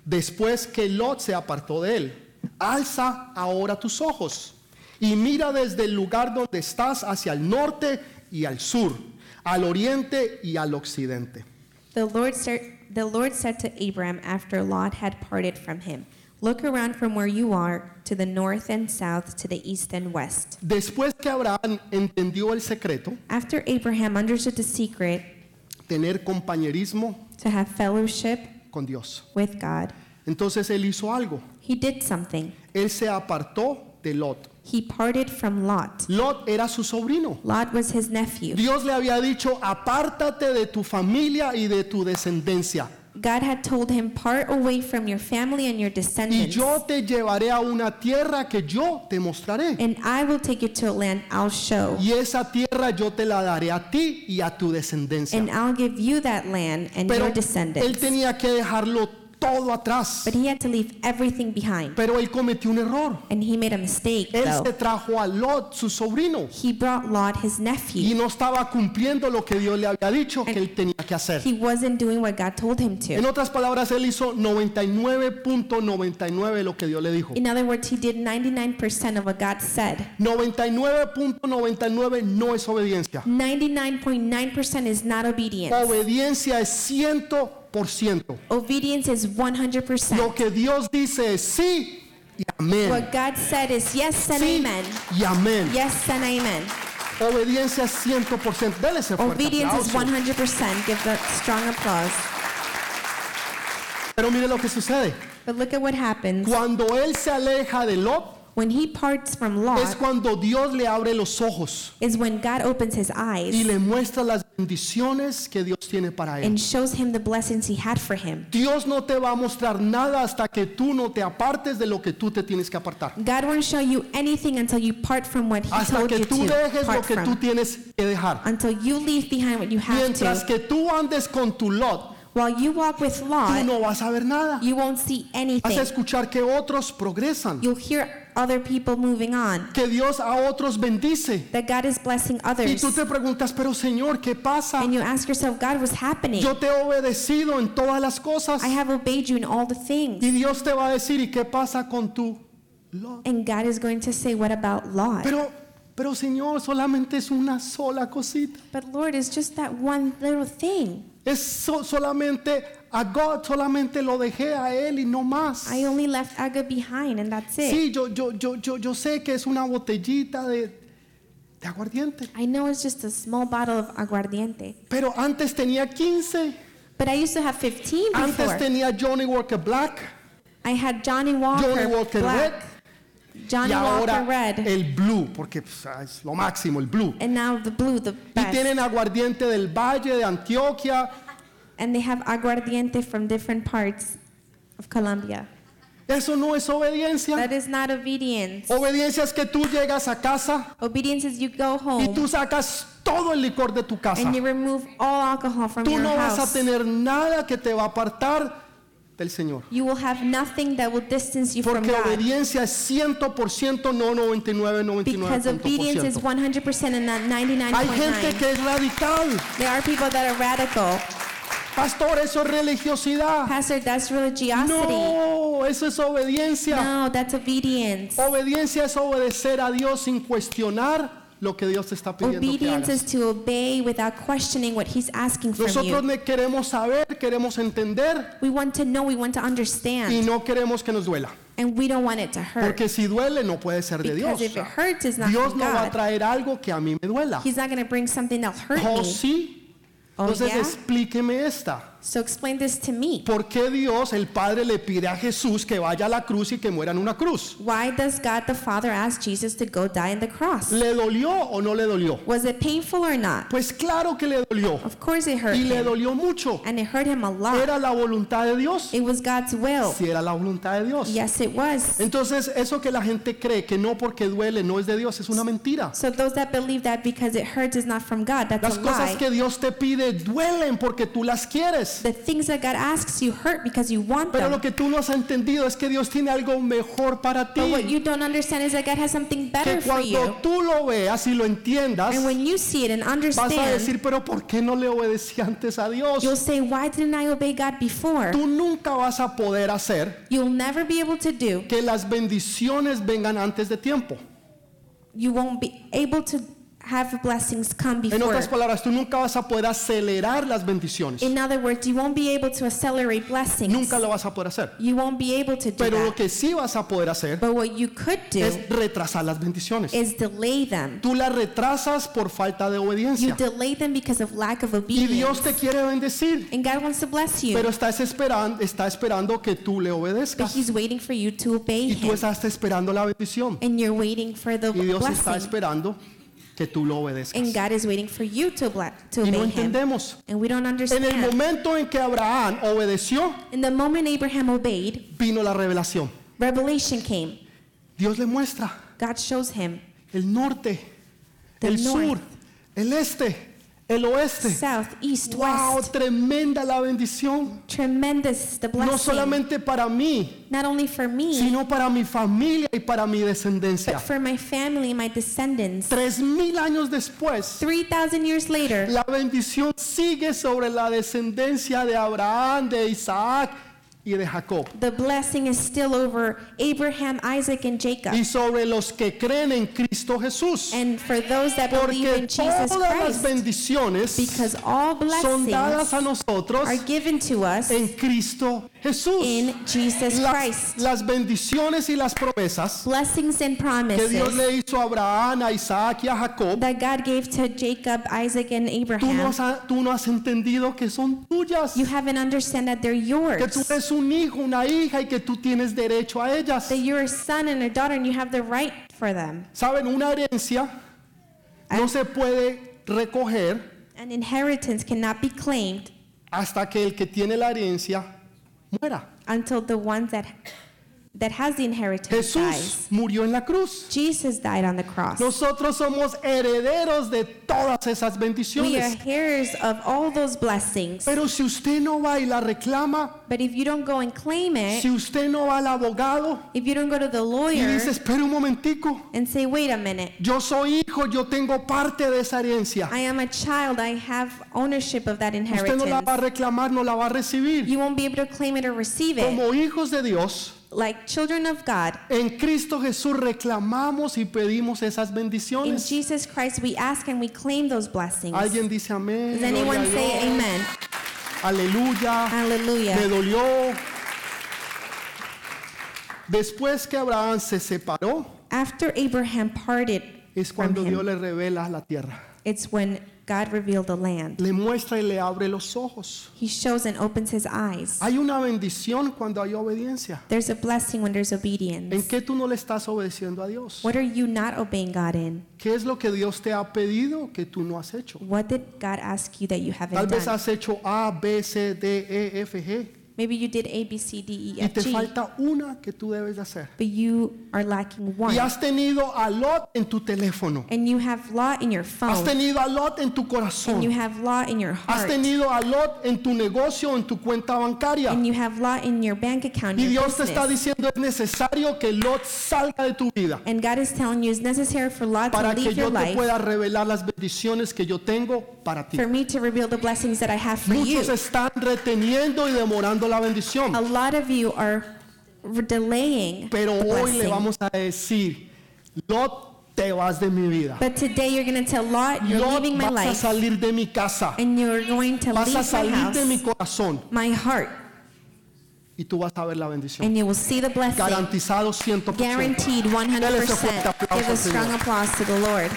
A: después que Lot se apartó de él, alza ahora tus ojos y mira desde el lugar donde estás hacia el norte y al sur, al oriente y al occidente.
B: The Lord, said, the Lord said to Abram after Lot had parted from him, Look around from where you are to the north and south, to the east and west.
A: Después que Abraham entendió el secreto,
B: After Abraham understood the secret
A: tener compañerismo
B: to have fellowship
A: con Dios.
B: with God,
A: Entonces él hizo algo.
B: he did something.
A: Él se apartó de Lot.
B: He parted from Lot.
A: Lot era su sobrino.
B: Lot was his nephew.
A: Dios le había dicho, apártate de tu familia y de tu descendencia.
B: God had told him, Part away from your family and your
A: Y
B: descendants,
A: yo te llevaré a una tierra que yo te mostraré.
B: and I will take you to a land I'll show,
A: Y esa tierra yo te la daré a ti y a tu
B: and
A: descendencia.
B: I'll give you that land and
A: Pero
B: your
A: él
B: descendants.
A: tenía que dejarlo todo atrás.
B: But he had to leave everything behind.
A: Pero él cometió un error.
B: And he made a mistake,
A: Él
B: though.
A: se trajo a Lot, su sobrino,
B: He brought Lot, his
A: y
B: nephew.
A: no estaba cumpliendo lo que Dios le había dicho que él tenía que hacer.
B: He wasn't doing what God told him
A: En
B: to.
A: otras palabras, él hizo 99.99 lo que Dios le dijo.
B: In other words, he did 99% of what God said.
A: 99.99 no es obediencia.
B: 99.9% is not obedience.
A: Obediencia es 100%.
B: Obedience is
A: Lo
B: 100%.
A: que Dios dice es sí y amén.
B: What God said is yes and
A: Sí
B: amen.
A: y amén.
B: Yes and amen.
A: Obediencia es 100%. Dele ese fuerte
B: Obedience is
A: aplauso.
B: 100%. Give the strong applause.
A: Pero mire lo que sucede.
B: But look at what happens.
A: Cuando él se aleja de Lot,
B: When he parts from
A: es
B: Lot,
A: cuando Dios le abre los ojos
B: is when God opens his eyes.
A: y le muestra las bendiciones que Dios tiene para él.
B: and shows him the blessings he had for him.
A: Dios no te va a mostrar nada hasta que tú no te apartes de lo que tú te tienes que apartar.
B: God won't show you anything until you part from what he
A: Hasta
B: told
A: que
B: you
A: tú
B: to
A: dejes lo
B: part
A: que tú
B: from.
A: tienes que dejar.
B: Until you leave behind what you have
A: Mientras
B: to.
A: que tú andes con tu Lot,
B: While you walk with
A: tú
B: Lot,
A: no vas a ver nada.
B: you won't see
A: Vas a
B: anything.
A: escuchar que otros progresan,
B: You'll hear other people moving on,
A: que Dios a otros bendice.
B: that God is blessing
A: Y
B: others.
A: tú te preguntas, pero Señor, ¿qué pasa?
B: And you ask yourself, God, what's happening?
A: Yo te he obedecido en todas las cosas.
B: I have obeyed you in all the
A: Y
B: things.
A: Dios te va a decir, ¿y qué pasa con tu Lot?
B: And God is going to say, what about Lot?
A: Pero, pero Señor, solamente es una sola cosita.
B: But Lord, it's just that one little thing.
A: Es so- solamente a God, solamente lo dejé a Él y no más.
B: I only left Aga behind, and that's it.
A: Sí, yo, yo, yo, yo, yo sé que es una botellita de, de aguardiente.
B: I know it's just a small bottle of aguardiente,
A: Pero antes tenía 15.
B: but I used to have 15
A: Antes
B: before.
A: tenía Johnny Walker Black.
B: I had Johnny Walker,
A: Johnny Walker
B: Black,
A: Y
B: Johnny Walker
A: ahora
B: Red,
A: el Blue, porque pues, es lo máximo, el Blue.
B: and now the blue, the
A: Y
B: best.
A: tienen aguardiente del Valle, de Antioquia.
B: and they have aguardiente from different parts of Colombia.
A: Eso no es obediencia.
B: That is not obedience.
A: Obediencia es que tú llegas a casa
B: Obedience is you go
A: y
B: home
A: tú sacas todo el licor de tu casa.
B: and you remove all alcohol from
A: Tú
B: your
A: no vas a
B: house.
A: tener nada que te va a apartar del Señor.
B: You will have nothing that will distance you from
A: Porque
B: God.
A: obediencia es 100%, no 99,
B: Because obedience is
A: 99%.
B: 100% and not
A: Hay gente
B: 99.9.
A: que es radical.
B: There are people that are radical.
A: Pastor, eso es religiosidad.
B: Pastor, that's Ah, religiosity.
A: No, eso es obediencia.
B: No, that's obedience.
A: Obediencia es obedecer a Dios sin cuestionar lo que Dios te está pidiendo que
B: Obedience
A: hagas.
B: is to obey without questioning what he's asking from
A: Nosotros
B: you.
A: ne- queremos saber, queremos entender
B: We want to know, we want to
A: y
B: understand,
A: no queremos que nos duela.
B: and we don't want it to hurt.
A: Porque si duele no puede ser de Dios.
B: Because if it hurts, it's not
A: Dios
B: from
A: no va a
B: God.
A: traer algo que a mí me duela.
B: He's not going to bring something that'll hurt
A: Oh,
B: me.
A: sí.
B: Oh,
A: Entonces
B: yeah?
A: explíqueme esta.
B: So explain this to me.
A: ¿Por qué Dios, el Padre, le pide a Jesús que vaya a la cruz y que muera en una cruz?
B: Why does God the Father ask Jesus to go die on the cross?
A: ¿Le dolió o no le dolió?
B: Was it painful or not?
A: Pues claro que le dolió.
B: Of course it hurt
A: Y le
B: him.
A: dolió mucho.
B: And it hurt him a lot.
A: ¿Era la voluntad de Dios?
B: It was God's will.
A: Si era la voluntad de Dios.
B: Yes, it was.
A: Entonces, eso que la gente cree que no porque duele no es de Dios es una mentira.
B: So those that believe that because it hurts is not from God, that's
A: Las
B: a
A: cosas
B: lie.
A: que Dios te pide duelen porque tú las quieres. quieres.
B: The things that God asks you hurt because you want
A: Pero lo
B: them.
A: que tú no has entendido es que Dios tiene algo mejor para
B: But what
A: ti.
B: you don't understand is that God has something
A: Que
B: better for you.
A: cuando tú lo veas y lo entiendas,
B: And when you see it and
A: vas a
B: understand,
A: decir, pero ¿por qué no le obedecí antes a Dios?
B: you'll say, Why didn't I obey God before?
A: Tú nunca vas a poder hacer
B: You'll never be able to do.
A: que las bendiciones vengan antes de tiempo.
B: You won't be able to have blessings come
A: En
B: before.
A: otras palabras, tú nunca vas a poder acelerar las bendiciones.
B: In other words, you won't be able to accelerate blessings.
A: Nunca lo vas a poder hacer.
B: You won't be able to do
A: Pero lo
B: that.
A: que sí vas a poder hacer
B: But what you could do
A: es retrasar las bendiciones.
B: is delay them.
A: Tú las retrasas por falta de
B: You
A: obediencia.
B: delay them because of lack of
A: Y Dios
B: obedience.
A: te quiere bendecir,
B: And God wants to bless
A: pero
B: you.
A: está esperando, está esperando que tú le
B: But
A: obedezcas.
B: He's waiting for you to obey
A: Y tú
B: Him.
A: estás esperando la bendición.
B: And you're waiting for the
A: Y Dios está
B: blessing.
A: esperando que tú lo obedezcas.
B: And God is waiting for you to, ble- to
A: Y no
B: obey Him.
A: entendemos.
B: And we don't
A: En el
B: understand.
A: momento en que Abraham obedeció,
B: In the moment Abraham obeyed,
A: vino la revelación.
B: revelation came.
A: Dios le muestra
B: God shows him
A: el norte,
B: The
A: el sur,
B: north.
A: el este, el oeste.
B: south, east,
A: Wow,
B: west.
A: tremenda la bendición.
B: Tremendous the
A: No
B: blessing.
A: solamente para mí,
B: Not only for me,
A: sino para mi familia y para mi
B: but
A: descendencia.
B: for my family, my descendants.
A: Tres mil años después,
B: 3,000 years later,
A: la bendición sigue sobre la descendencia de Abraham, de Isaac y de Jacob.
B: the blessing is still over Abraham, Isaac, and Jacob.
A: Y sobre los que creen en Cristo Jesús.
B: And for those that believe
A: Porque
B: in Jesus
A: todas las
B: Christ,
A: bendiciones
B: because all
A: son dadas a
B: blessings
A: nosotros
B: are given to us
A: en Cristo Jesús.
B: in Jesus
A: Las,
B: Christ.
A: las bendiciones y las promesas
B: Blessings and
A: que Dios
B: promises
A: le hizo a Abraham, a Isaac y a Jacob
B: that God gave to Jacob, Isaac, and
A: Tú no,
B: Abraham.
A: has, tú no has entendido que son tuyas,
B: You haven't understand that they're
A: que tú
B: yours.
A: eres un hijo, una hija y que tú tienes derecho a ellas.
B: that you're a son and a daughter and you have the right for them.
A: Saben, una herencia
B: Ah.
A: no se puede recoger
B: An inheritance cannot be claimed
A: hasta que el que tiene la herencia muera.
B: until the ones that that has the inheritance
A: Jesús
B: dies.
A: murió en la cruz.
B: Jesus died on the cross.
A: Nosotros somos herederos de todas esas
B: We are
A: bendiciones.
B: heirs of all those blessings.
A: Pero si usted no va y la reclama,
B: But if you don't go and claim
A: si
B: it,
A: usted no va al abogado
B: if you don't go to the
A: y
B: lawyer
A: dice, espera un momentico,
B: and say, wait a minute,
A: yo soy hijo, yo tengo parte de esa herencia.
B: I am a child, I have ownership of that
A: Usted no la va a
B: inheritance.
A: reclamar, no la va a recibir.
B: You won't be able to claim it or receive it.
A: Como hijos de Dios,
B: Like children of God,
A: en Cristo Jesús reclamamos y pedimos esas
B: in
A: bendiciones.
B: Jesus Christ we ask and we claim those blessings.
A: Alguien dice amén.
B: Does
A: gloria
B: anyone
A: a
B: say
A: Dios, Ah,
B: amen?
A: Aleluya. Me
B: Hallelujah.
A: dolió. Después que Abraham se separó,
B: After Abraham parted
A: es
B: from
A: cuando Dios
B: him,
A: le revela la tierra.
B: it's when God revealed the land.
A: Le muestra y le abre los ojos.
B: He shows and opens his eyes.
A: Hay una bendición cuando hay obediencia.
B: There's a blessing when there's
A: ¿En
B: obedience.
A: qué tú no le estás obedeciendo a Dios?
B: What are you not obeying God in?
A: ¿Qué es lo que Dios te ha pedido que tú no has hecho?
B: What did God ask you that you
A: Tal
B: haven't
A: vez
B: done?
A: has hecho A, B, C, D, E, F, G
B: Maybe you did A, B, C, D, E,
A: y
B: F,
A: te
B: G,
A: falta una que tú debes de hacer.
B: but you are lacking
A: Y
B: one.
A: has tenido a Lot en tu teléfono.
B: And you have law in your
A: Has
B: phone,
A: tenido a Lot en tu
B: and you
A: corazón.
B: have law in your
A: Has
B: heart,
A: tenido a Lot en tu negocio, en tu cuenta bancaria.
B: and you have law in your bank account,
A: Y
B: your
A: Dios te está
B: business.
A: diciendo es necesario que Lot salga de tu vida
B: And God is telling you it's necessary for law to
A: para que
B: leave your
A: yo te
B: life
A: pueda revelar las bendiciones que yo tengo para ti.
B: for me to reveal the blessings that I have for you.
A: Muchos están reteniendo y demorando la bendición.
B: A lot of you are r- delaying
A: Pero
B: the
A: hoy
B: blessing.
A: le vamos a decir, Lot, te vas de mi vida.
B: but today you're going to tell Lot, you're
A: Lot,
B: leaving my
A: vas a
B: life,
A: salir de mi casa.
B: and you're going to
A: Vas a
B: leave my
A: salir de mi
B: house,
A: corazón.
B: my heart,
A: Y tú vas a ver la bendición.
B: and you will see the blessing.
A: Garantizado 100%.
B: Guaranteed
A: Dale ese fuerte
B: 100%.
A: aplauso
B: Give
A: al
B: a strong
A: Señor.
B: applause to the Lord.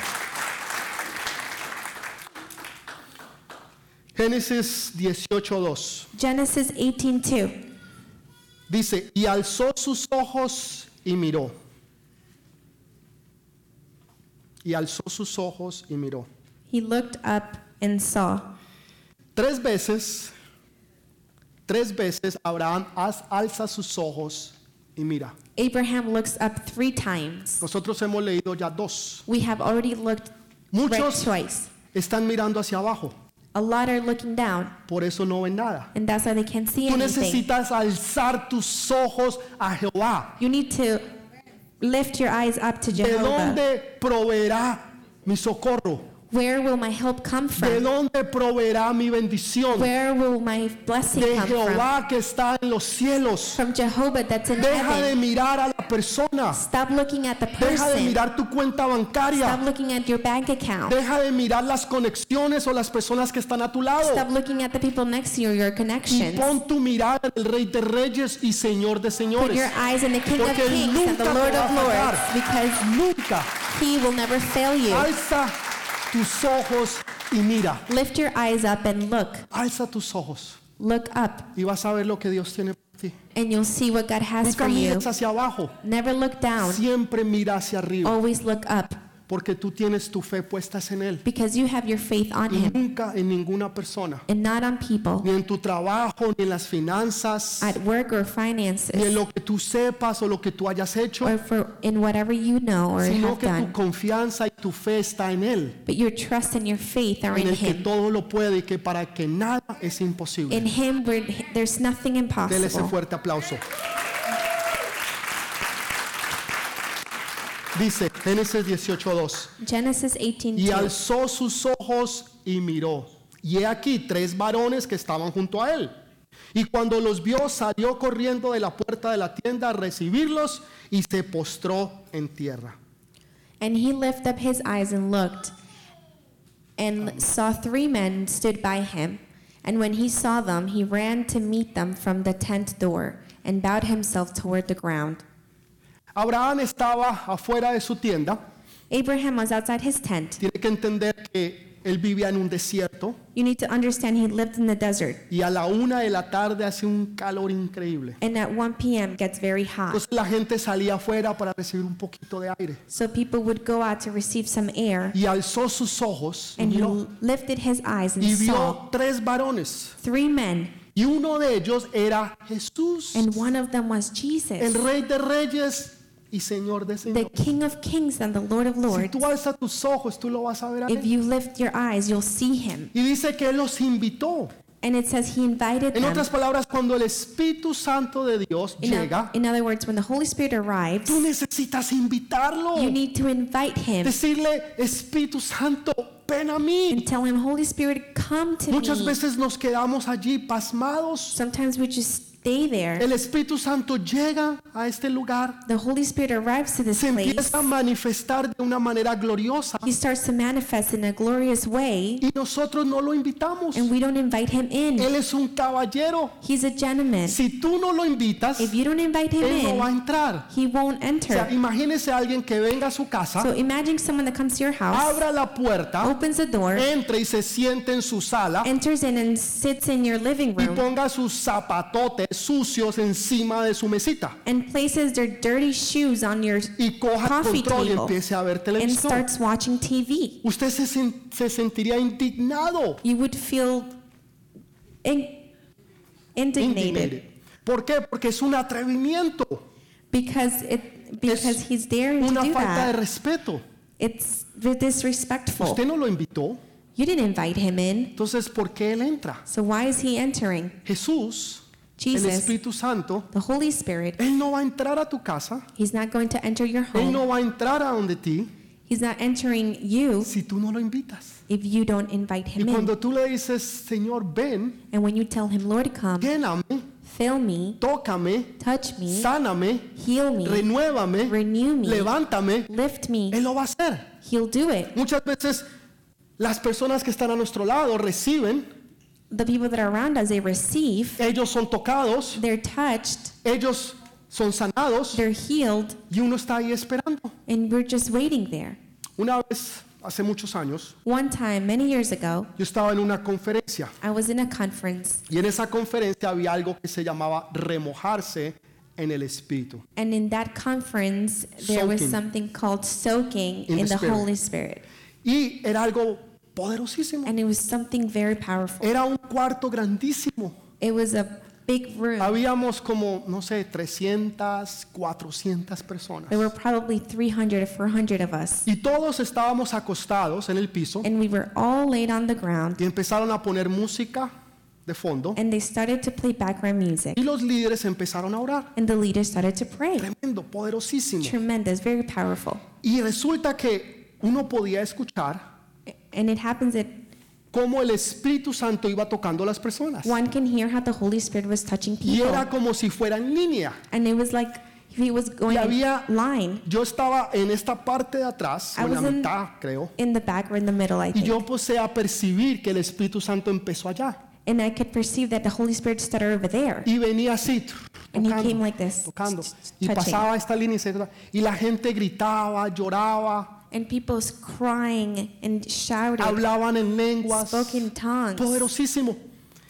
A: Génesis 18.2
B: Genesis 18:2.
A: dice, y alzó sus ojos y miró. Y alzó sus ojos y miró.
B: He looked up and saw.
A: Tres veces, tres veces Abraham haz- alza sus ojos y mira.
B: Abraham looks up three times.
A: Nosotros hemos leído ya dos.
B: We have already looked read
A: Muchos
B: twice.
A: están mirando hacia abajo.
B: A lot are looking down,
A: Por eso no ven nada.
B: and that's why they can't see
A: Tú
B: anything.
A: necesitas alzar tus ojos a Jehová.
B: You need to lift your eyes up to
A: ¿De
B: Jehovah.
A: dónde proveerá mi socorro?
B: Where will my help come
A: ¿De
B: from?
A: dónde proveerá mi bendición?
B: Where will my blessing
A: De
B: come from?
A: Jehová que está en los cielos.
B: From Jehovah that's in
A: Deja de
B: heaven.
A: mirar a la persona.
B: Stop looking at the
A: Deja de
B: person.
A: mirar tu cuenta
B: Stop
A: bancaria.
B: looking at your bank account.
A: Deja de mirar las conexiones o las personas que están a tu lado.
B: Stop looking at the people next to you, your
A: Y
B: connections.
A: pon tu mirada en el Rey de Reyes y Señor de
B: Put
A: Señores.
B: your eyes in the King of
A: Porque él
B: Kings and
A: nunca
B: the
A: te
B: Lord
A: va a
B: of Lords
A: fallar.
B: because
A: Nunca.
B: He will never fail you.
A: Alza tus ojos y mira.
B: Lift your eyes up and look.
A: Alza tus ojos
B: Look up
A: y vas a ver lo que Dios tiene para ti.
B: and you'll see what God has
A: Nunca
B: for you.
A: mires hacia abajo.
B: Never look down.
A: Siempre mira hacia arriba.
B: Always look up
A: Porque tú tienes tu fe puestas en Él.
B: because you have your faith on
A: Y
B: Him
A: nunca en ninguna persona.
B: and not on people
A: Ni en tu trabajo, ni en las finanzas,
B: at work or
A: ni en
B: finances
A: lo que tú sepas o lo que tú hayas hecho.
B: or for in whatever you know or
A: Sino
B: have
A: que tu
B: done.
A: confianza y tu fe está en Él.
B: But your trust and your faith are
A: En
B: in
A: el que
B: Him.
A: todo lo puede y que para que nada es imposible.
B: In Him, we're, there's nothing
A: Dele ese
B: impossible.
A: fuerte aplauso. Dice Génesis 18:2.
B: Genesis 18
A: Y alzó sus ojos y miró. Y he aquí tres varones que estaban junto a él. Y cuando los vio, salió corriendo de la puerta de la tienda a recibirlos y se postró en tierra.
B: And he lifted up his eyes and looked, and saw three men stood by him. And when he saw them, he ran to meet them from the tent door, and bowed himself toward the ground.
A: Abraham estaba afuera de su tienda.
B: Abraham was outside his tent.
A: Tiene que entender que él vivía en un desierto
B: You need to understand he lived in the desert,
A: y a la una de la tarde hace un calor increíble.
B: and at 1 p.m. gets very hot.
A: Entonces la gente salía afuera para recibir un poquito de aire.
B: So people would go out to receive some air,
A: Y alzó sus ojos y
B: and he
A: miró.
B: lifted his eyes and
A: Y
B: saw
A: vio tres varones.
B: three men,
A: Y uno de ellos era Jesús,
B: and one of them was
A: el
B: Jesus,
A: Rey de Reyes y Señor de
B: the
A: Señores.
B: King of Kings and the Lord of
A: Si
B: Lords.
A: tú alzas tus ojos, tú lo vas a ver a
B: If
A: él.
B: you lift your eyes, you'll see him.
A: Y dice que él los invitó.
B: And it says he invited
A: En
B: them.
A: otras palabras, cuando el Espíritu Santo de Dios
B: In, o-
A: llega,
B: in other words, when the Holy Spirit arrives,
A: tú necesitas invitarlo.
B: you need to invite him
A: Decirle, Espíritu Santo, ven a mí.
B: and tell him, Holy Spirit, come to
A: Muchas
B: me.
A: veces nos quedamos allí pasmados.
B: Sometimes we just stay there.
A: El Espíritu Santo llega a este lugar,
B: The Holy Spirit arrives to this
A: se
B: place.
A: empieza a manifestar de una manera gloriosa
B: He starts to manifest in a glorious way,
A: y nosotros no lo invitamos.
B: and we don't invite him in.
A: Él es un caballero.
B: He's a gentleman.
A: Si tú no lo invitas,
B: If you don't invite him
A: él no va a
B: in,
A: entrar.
B: he
A: O
B: won't
A: sea,
B: enter.
A: imagínese a alguien que venga a su
B: So
A: casa,
B: imagine someone that comes to your house,
A: abra la puerta,
B: opens the door,
A: entre y se siente en su sala
B: enters in and sits in your living
A: y
B: room.
A: ponga sus zapatotes sucios encima de su mesita
B: and places their dirty shoes on your
A: y coja el
B: coffee
A: control y
B: table
A: empiece a ver
B: and
A: televisión.
B: starts watching TV.
A: Usted se sen- se sentiría indignado.
B: You would feel in- indignated
A: Intimidated. ¿Por qué? Porque es un atrevimiento,
B: because it because he's daring to
A: una
B: do
A: falta de
B: that.
A: respeto.
B: It's disrespectful.
A: Usted no lo invitó,
B: You didn't invite him in,
A: entonces ¿por qué él entra?
B: so why is he entering?
A: Jesús, el
B: Jesus,
A: Espíritu Santo,
B: the Holy Spirit,
A: él no va a entrar a tu casa,
B: he's not going to enter your
A: él
B: home.
A: no va a entrar a donde ti
B: He's not entering you
A: si tú no lo invitas.
B: if you don't invite
A: Y
B: him in.
A: cuando tú le dices, Señor, ven,
B: And when you tell him, Lord, come,
A: lléname,
B: fill me,
A: tócame,
B: touch me,
A: sáname,
B: heal me,
A: renuévame,
B: renew me,
A: levántame,
B: lift me.
A: él lo va a hacer.
B: He'll do it.
A: Muchas veces las personas que están a nuestro lado reciben,
B: The people that are around us, they receive,
A: ellos son tocados,
B: they're touched,
A: ellos son sanados
B: they're healed,
A: y uno está ahí esperando.
B: and we're just waiting there.
A: Una vez, hace muchos años,
B: One time, many years ago,
A: yo estaba en una conferencia
B: I was in a conference,
A: y en esa conferencia había algo que se llamaba remojarse en el espíritu.
B: and in that conference, there was
A: Soaking.
B: something called soaking
A: In
B: in,
A: the
B: the
A: Spirit.
B: Holy Spirit.
A: Y era algo poderosísimo.
B: And it was something very powerful.
A: Era un cuarto grandísimo
B: It was a big room.
A: Habíamos como, no sé, 300, 400 personas.
B: There were probably 300 or 400 of us.
A: Y todos estábamos acostados en el piso
B: And we were all laid on the ground.
A: y empezaron a poner música de fondo
B: And they started to play background music.
A: y los líderes empezaron a orar.
B: And the leaders started to pray.
A: Tremendo, poderosísimo.
B: Tremendous, very powerful.
A: Y resulta que uno podía escuchar
B: And it happens that
A: cómo el Espíritu Santo iba tocando a las personas.
B: one can hear how the Holy Spirit was touching
A: Y era
B: people.
A: como si fuera en línea.
B: And it was like if he was going
A: Y había-
B: line
A: Yo estaba en esta parte de atrás,
B: I
A: o en la
B: was in-
A: mitad, creo.
B: in the back or in the middle, I
A: Y
B: think.
A: yo posee a percibir que el Espíritu Santo empezó allá.
B: And I could perceive that the Holy Spirit started over there.
A: Y venía así, tr-
B: And he came
A: tocando,
B: like this,
A: tocando.
B: t- t-
A: Y
B: touching.
A: pasaba esta línea y se- y la gente gritaba, lloraba,
B: And people's crying and shouting,
A: hablaban en lenguas.
B: spoke in tongues.
A: Poderosísimo.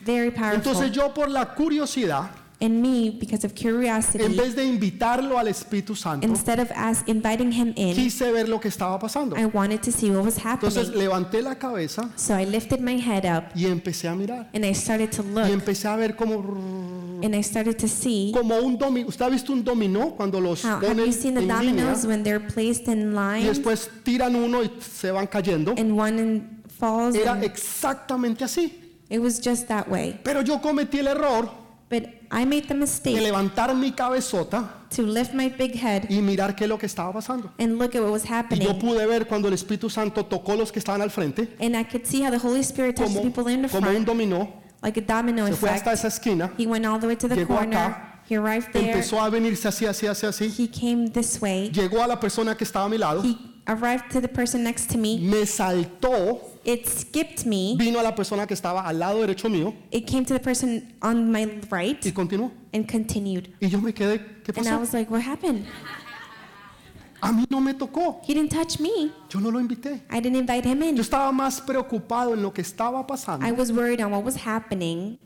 B: Very powerful.
A: Entonces yo por la curiosidad,
B: And me, because of
A: en
B: curiosity,
A: vez de invitarlo al Espíritu Santo,
B: instead of as inviting him in,
A: quise ver lo que estaba pasando.
B: I wanted to see what was
A: Entonces
B: happening.
A: levanté la cabeza
B: So I lifted my head up
A: y empecé a mirar.
B: and I started to
A: Y
B: look
A: empecé a ver como,
B: and I started to see
A: como un dominó. ¿Usted ha visto un dominó cuando los
B: how Ah, have
A: ponen
B: you seen the
A: en línea
B: dominoes when they're placed in
A: y
B: line
A: después tiran uno y se van cayendo?
B: and one in- falls?
A: Era
B: and-
A: exactamente así.
B: It was just that way.
A: Pero yo cometí el error
B: But I made the
A: de
B: mistake
A: levantar mi cabezota
B: to lift my big head
A: y mirar qué es lo que estaba pasando.
B: and look at what was
A: Y yo
B: happening.
A: pude ver cuando el Espíritu Santo tocó los que estaban al frente,
B: And I could see how the Holy Spirit touched
A: como,
B: people in the
A: como un
B: front,
A: dominó,
B: like a domino
A: se fue hasta
B: effect.
A: esa esquina,
B: He went all the way to the
A: llegó
B: corner.
A: acá,
B: He arrived there.
A: empezó a venirse así, así, así, así,
B: He came this way.
A: llegó a la persona que estaba a mi lado,
B: He arrived to the person next to me.
A: me saltó,
B: It skipped me.
A: vino a la persona que estaba al lado derecho mío
B: It came to the person on my
A: y
B: right
A: continuó.
B: and continued.
A: Y yo me quedé, ¿qué
B: And I
A: pasó?
B: was like, what happened?
A: A mí no me tocó,
B: He didn't touch me.
A: yo no lo invité.
B: I didn't invite him
A: Yo
B: in.
A: estaba más preocupado en lo que estaba pasando
B: I was worried on what was happening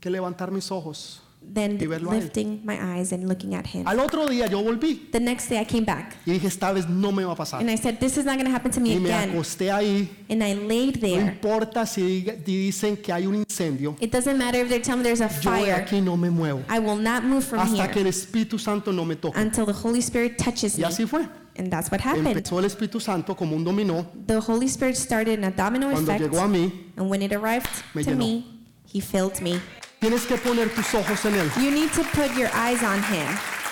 A: que levantar mis ojos.
B: than
A: Y verlo a él.
B: lifting my eyes and looking at him.
A: Al otro día yo volví
B: The next day I came back
A: y dije, esta vez no me va a pasar.
B: and I said, This is not going to happen to me
A: Y me
B: again.
A: acosté ahí.
B: And I laid
A: No
B: there.
A: importa si diga- di- dicen que hay un incendio,
B: It doesn't matter if they tell me there's a
A: yo de
B: fire.
A: aquí no me muevo
B: I will not move from
A: hasta que
B: here Ah,
A: el Espíritu Santo no me toque.
B: until the Holy Spirit touches
A: Y
B: me.
A: así fue.
B: And that's what happened.
A: Empezó el Espíritu Santo como un dominó.
B: The Holy Spirit started an domino
A: Cuando
B: effect.
A: llegó a mí,
B: And when it arrived
A: Me
B: to
A: llenó.
B: me, he filled me.
A: tienes que poner tus ojos en Él.
B: You need to put your eyes on him.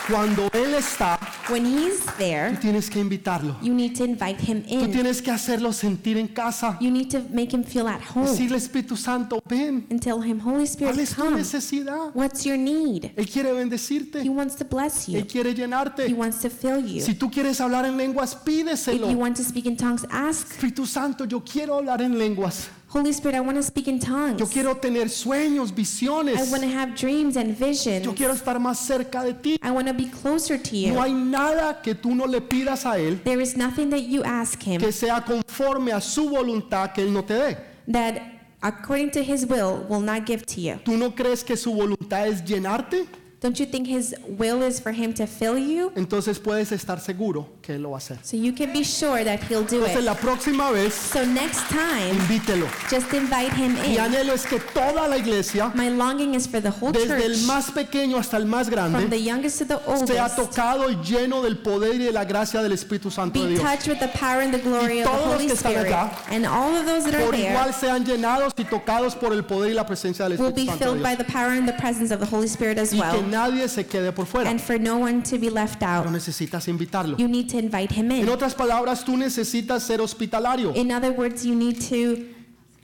A: Cuando Él está,
B: When he's
A: tú
B: there,
A: tienes que invitarlo.
B: you need to invite him
A: Tú
B: in.
A: tienes que hacerlo sentir en casa.
B: You need to make him feel at home
A: Decirle Espíritu Santo, ven.
B: and tell him,
A: ¿Cuál
B: Holy Spirit,
A: es tu
B: come.
A: necesidad?
B: What's your need?
A: Él quiere
B: He
A: bendecirte.
B: wants to bless
A: Él
B: you.
A: quiere
B: He
A: llenarte.
B: wants to fill you.
A: Si tú quieres hablar en lenguas,
B: If you
A: pídeselo.
B: want to speak in tongues, ask.
A: Espíritu Santo, yo quiero hablar en lenguas.
B: Holy Spirit, I want to speak in tongues.
A: Yo quiero tener sueños,
B: I
A: visiones.
B: want to have dreams and visions.
A: Yo quiero estar más cerca de ti.
B: I want to be closer to you.
A: No hay nada que tú no le pidas a Él
B: there is nothing that you ask him
A: que sea conforme a su voluntad que Él no te dé.
B: that according to his will will not give to you.
A: ¿Tú no crees que su voluntad es llenarte?
B: Don't you think his will is for him to fill you?
A: Entonces puedes estar seguro que Él lo va a hacer.
B: So you can be sure that he'll do
A: Entonces
B: it.
A: la próxima vez,
B: So next time,
A: invítelo.
B: just invite him
A: Mi
B: in.
A: anhelo es que toda la iglesia,
B: My longing is for the whole
A: desde el
B: church,
A: más pequeño hasta el más
B: from the
A: grande,
B: youngest to the
A: sea
B: oldest,
A: tocado y lleno del poder y de la gracia del Espíritu Santo de
B: be
A: Dios.
B: touched with the power and the glory
A: Y
B: of the
A: todos los
B: Holy
A: que están
B: Spirit.
A: acá,
B: And all of those that are
A: Por
B: there
A: igual sean llenados y tocados por el poder y la presencia del
B: will be
A: Espíritu Santo de
B: filled
A: Dios.
B: by the power and the presence of the Holy Spirit as
A: Y que
B: well.
A: nadie se quede por fuera.
B: And for no one to be left
A: Pero
B: out,
A: necesitas invitarlo.
B: you need to invite him
A: En
B: in.
A: otras palabras, tú necesitas ser hospitalario.
B: In other words, you need to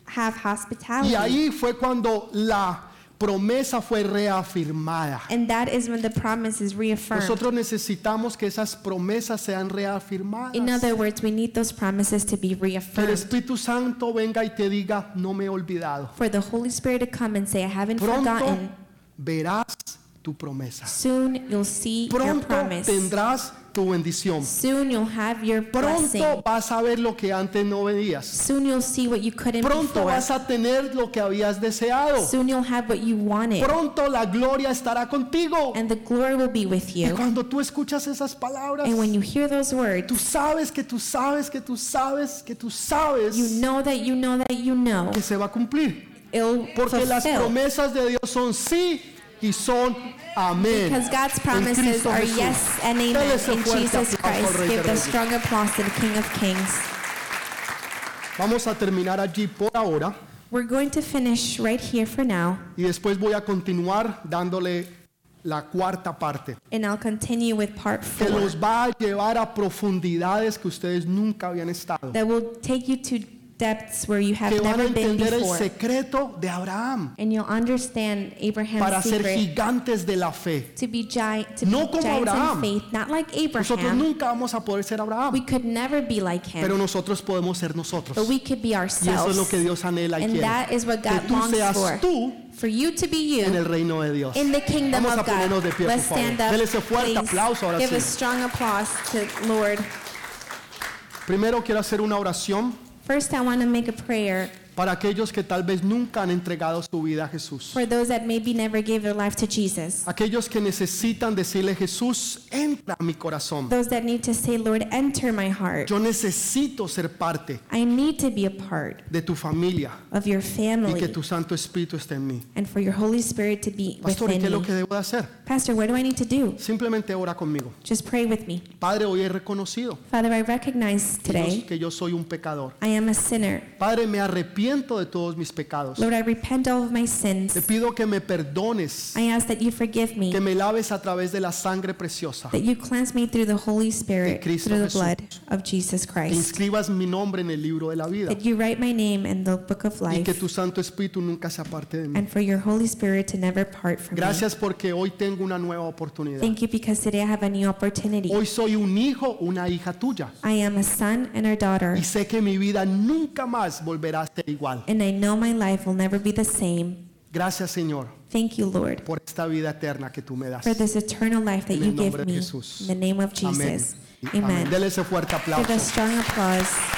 B: have
A: Y
B: hospitality.
A: ahí fue cuando la promesa fue reafirmada.
B: And that is when the promise is reaffirmed.
A: Nosotros necesitamos que esas promesas sean reafirmadas.
B: In other words, we need those promises to be
A: Que el
B: reaffirmed.
A: Espíritu Santo venga y te diga, no me he olvidado.
B: For the Holy Spirit to come and say, I haven't
A: Pronto
B: forgotten.
A: verás tu promesa.
B: Soon you'll see your
A: Pronto
B: promise.
A: tendrás tu bendición.
B: Soon you'll have your blessing.
A: Pronto vas a ver lo que antes no veías.
B: Soon you'll see what you couldn't
A: Pronto
B: before.
A: vas a tener lo que habías deseado.
B: Soon you'll have what you wanted.
A: Pronto la gloria estará contigo.
B: And the glory will be with
A: Y
B: you.
A: cuando tú escuchas esas palabras,
B: And when you hear those words,
A: tú sabes que tú sabes que tú sabes que tú
B: you
A: sabes
B: know that you know that you know
A: que se va a cumplir.
B: ill
A: Porque las
B: fulfilled.
A: promesas de Dios son sí y son amén.
B: Because God's
A: En
B: promises
A: Cristo
B: are
A: Jesús.
B: yes and amen
A: Dele ese
B: in
A: fuerte
B: Jesus
A: aplauso al
B: Christ.
A: Rey de
B: Give the
A: Reyes.
B: strong applause to the King of Kings.
A: Vamos a terminar allí por ahora
B: We're going to finish right here for now,
A: y después voy a continuar dándole la cuarta parte
B: and I'll continue with part
A: que
B: four
A: los va a llevar a profundidades que ustedes nunca habían estado.
B: that will take you to depths where
A: Que
B: you have
A: van a
B: never been
A: entender el
B: before,
A: secreto de Abraham
B: and you'll understand
A: para
B: Abraham's
A: ser
B: secret
A: gigantes de la fe.
B: to be, gi- to be
A: No como
B: giants
A: Abraham.
B: in faith, not like
A: Nosotros
B: Abraham.
A: nunca vamos a poder ser
B: We
A: Abraham,
B: could never be like him,
A: pero nosotros podemos ser nosotros.
B: but we could
A: Y
B: be
A: eso es
B: ourselves.
A: lo que Dios anhela y
B: and that
A: quiere.
B: is what
A: Que
B: God
A: tú
B: longs
A: seas
B: for.
A: tú
B: For you to be
A: en el
B: you
A: reino de Dios.
B: in the kingdom
A: Vamos a
B: of God.
A: ponernos de pie, por
B: Let's
A: favor.
B: stand up.
A: Dele ese fuerte
B: please.
A: aplauso ahora
B: Give
A: sí.
B: a strong applause to Lord.
A: Primero quiero hacer una oración
B: First, I want to make a prayer
A: para aquellos que tal vez nunca han entregado su vida a Jesús.
B: for those that maybe never gave their life to Jesus.
A: Aquellos que necesitan decirle, Jesús, entra a mi corazón.
B: Those that need to say, Lord, enter my heart.
A: Yo necesito ser parte
B: I need to be a part
A: de tu familia
B: of your
A: y que
B: family
A: tu Santo Espíritu esté en mí.
B: and for your Holy Spirit to be
A: Pastor, ¿y qué es
B: within
A: lo que
B: me.
A: debo de hacer?
B: Pastor, what do I need to do?
A: Simplemente ora conmigo.
B: Just pray with me.
A: Padre, hoy he reconocido
B: Father, I recognize
A: que yo-
B: today
A: que yo soy un pecador.
B: I am a sinner.
A: Padre, me arrepiento de todos mis pecados.
B: Lord, I repent all of
A: Te
B: my sins.
A: pido que me perdones,
B: I ask that you forgive me.
A: que me laves a través de la sangre preciosa,
B: that you cleanse me through the Holy
A: De
B: Spirit,
A: Cristo
B: through the
A: Jesús.
B: blood of Jesus
A: que
B: Christ,
A: inscribas mi nombre en el libro de la vida
B: that you write my name in the book of
A: y que
B: life,
A: tu Santo Espíritu nunca se aparte de mí.
B: and for your Holy Spirit to never part from
A: Gracias porque hoy tengo una nueva
B: me.
A: oportunidad.
B: Thank you because today I have a new opportunity.
A: Hoy soy un hijo, una hija tuya.
B: I am a son and a daughter,
A: Y sé que mi vida nunca más volverá a ser igual.
B: and I know my life will never be the same.
A: Gracias Señor
B: Thank you, Lord,
A: por esta vida eterna que tú me das.
B: for this eternal life that
A: En el
B: you
A: nombre de
B: give me.
A: Jesús.
B: In the name of
A: Amén.
B: Jesus.
A: Amén.
B: Amen.
A: Dele ese fuerte
B: Give
A: aplauso.
B: a strong applause.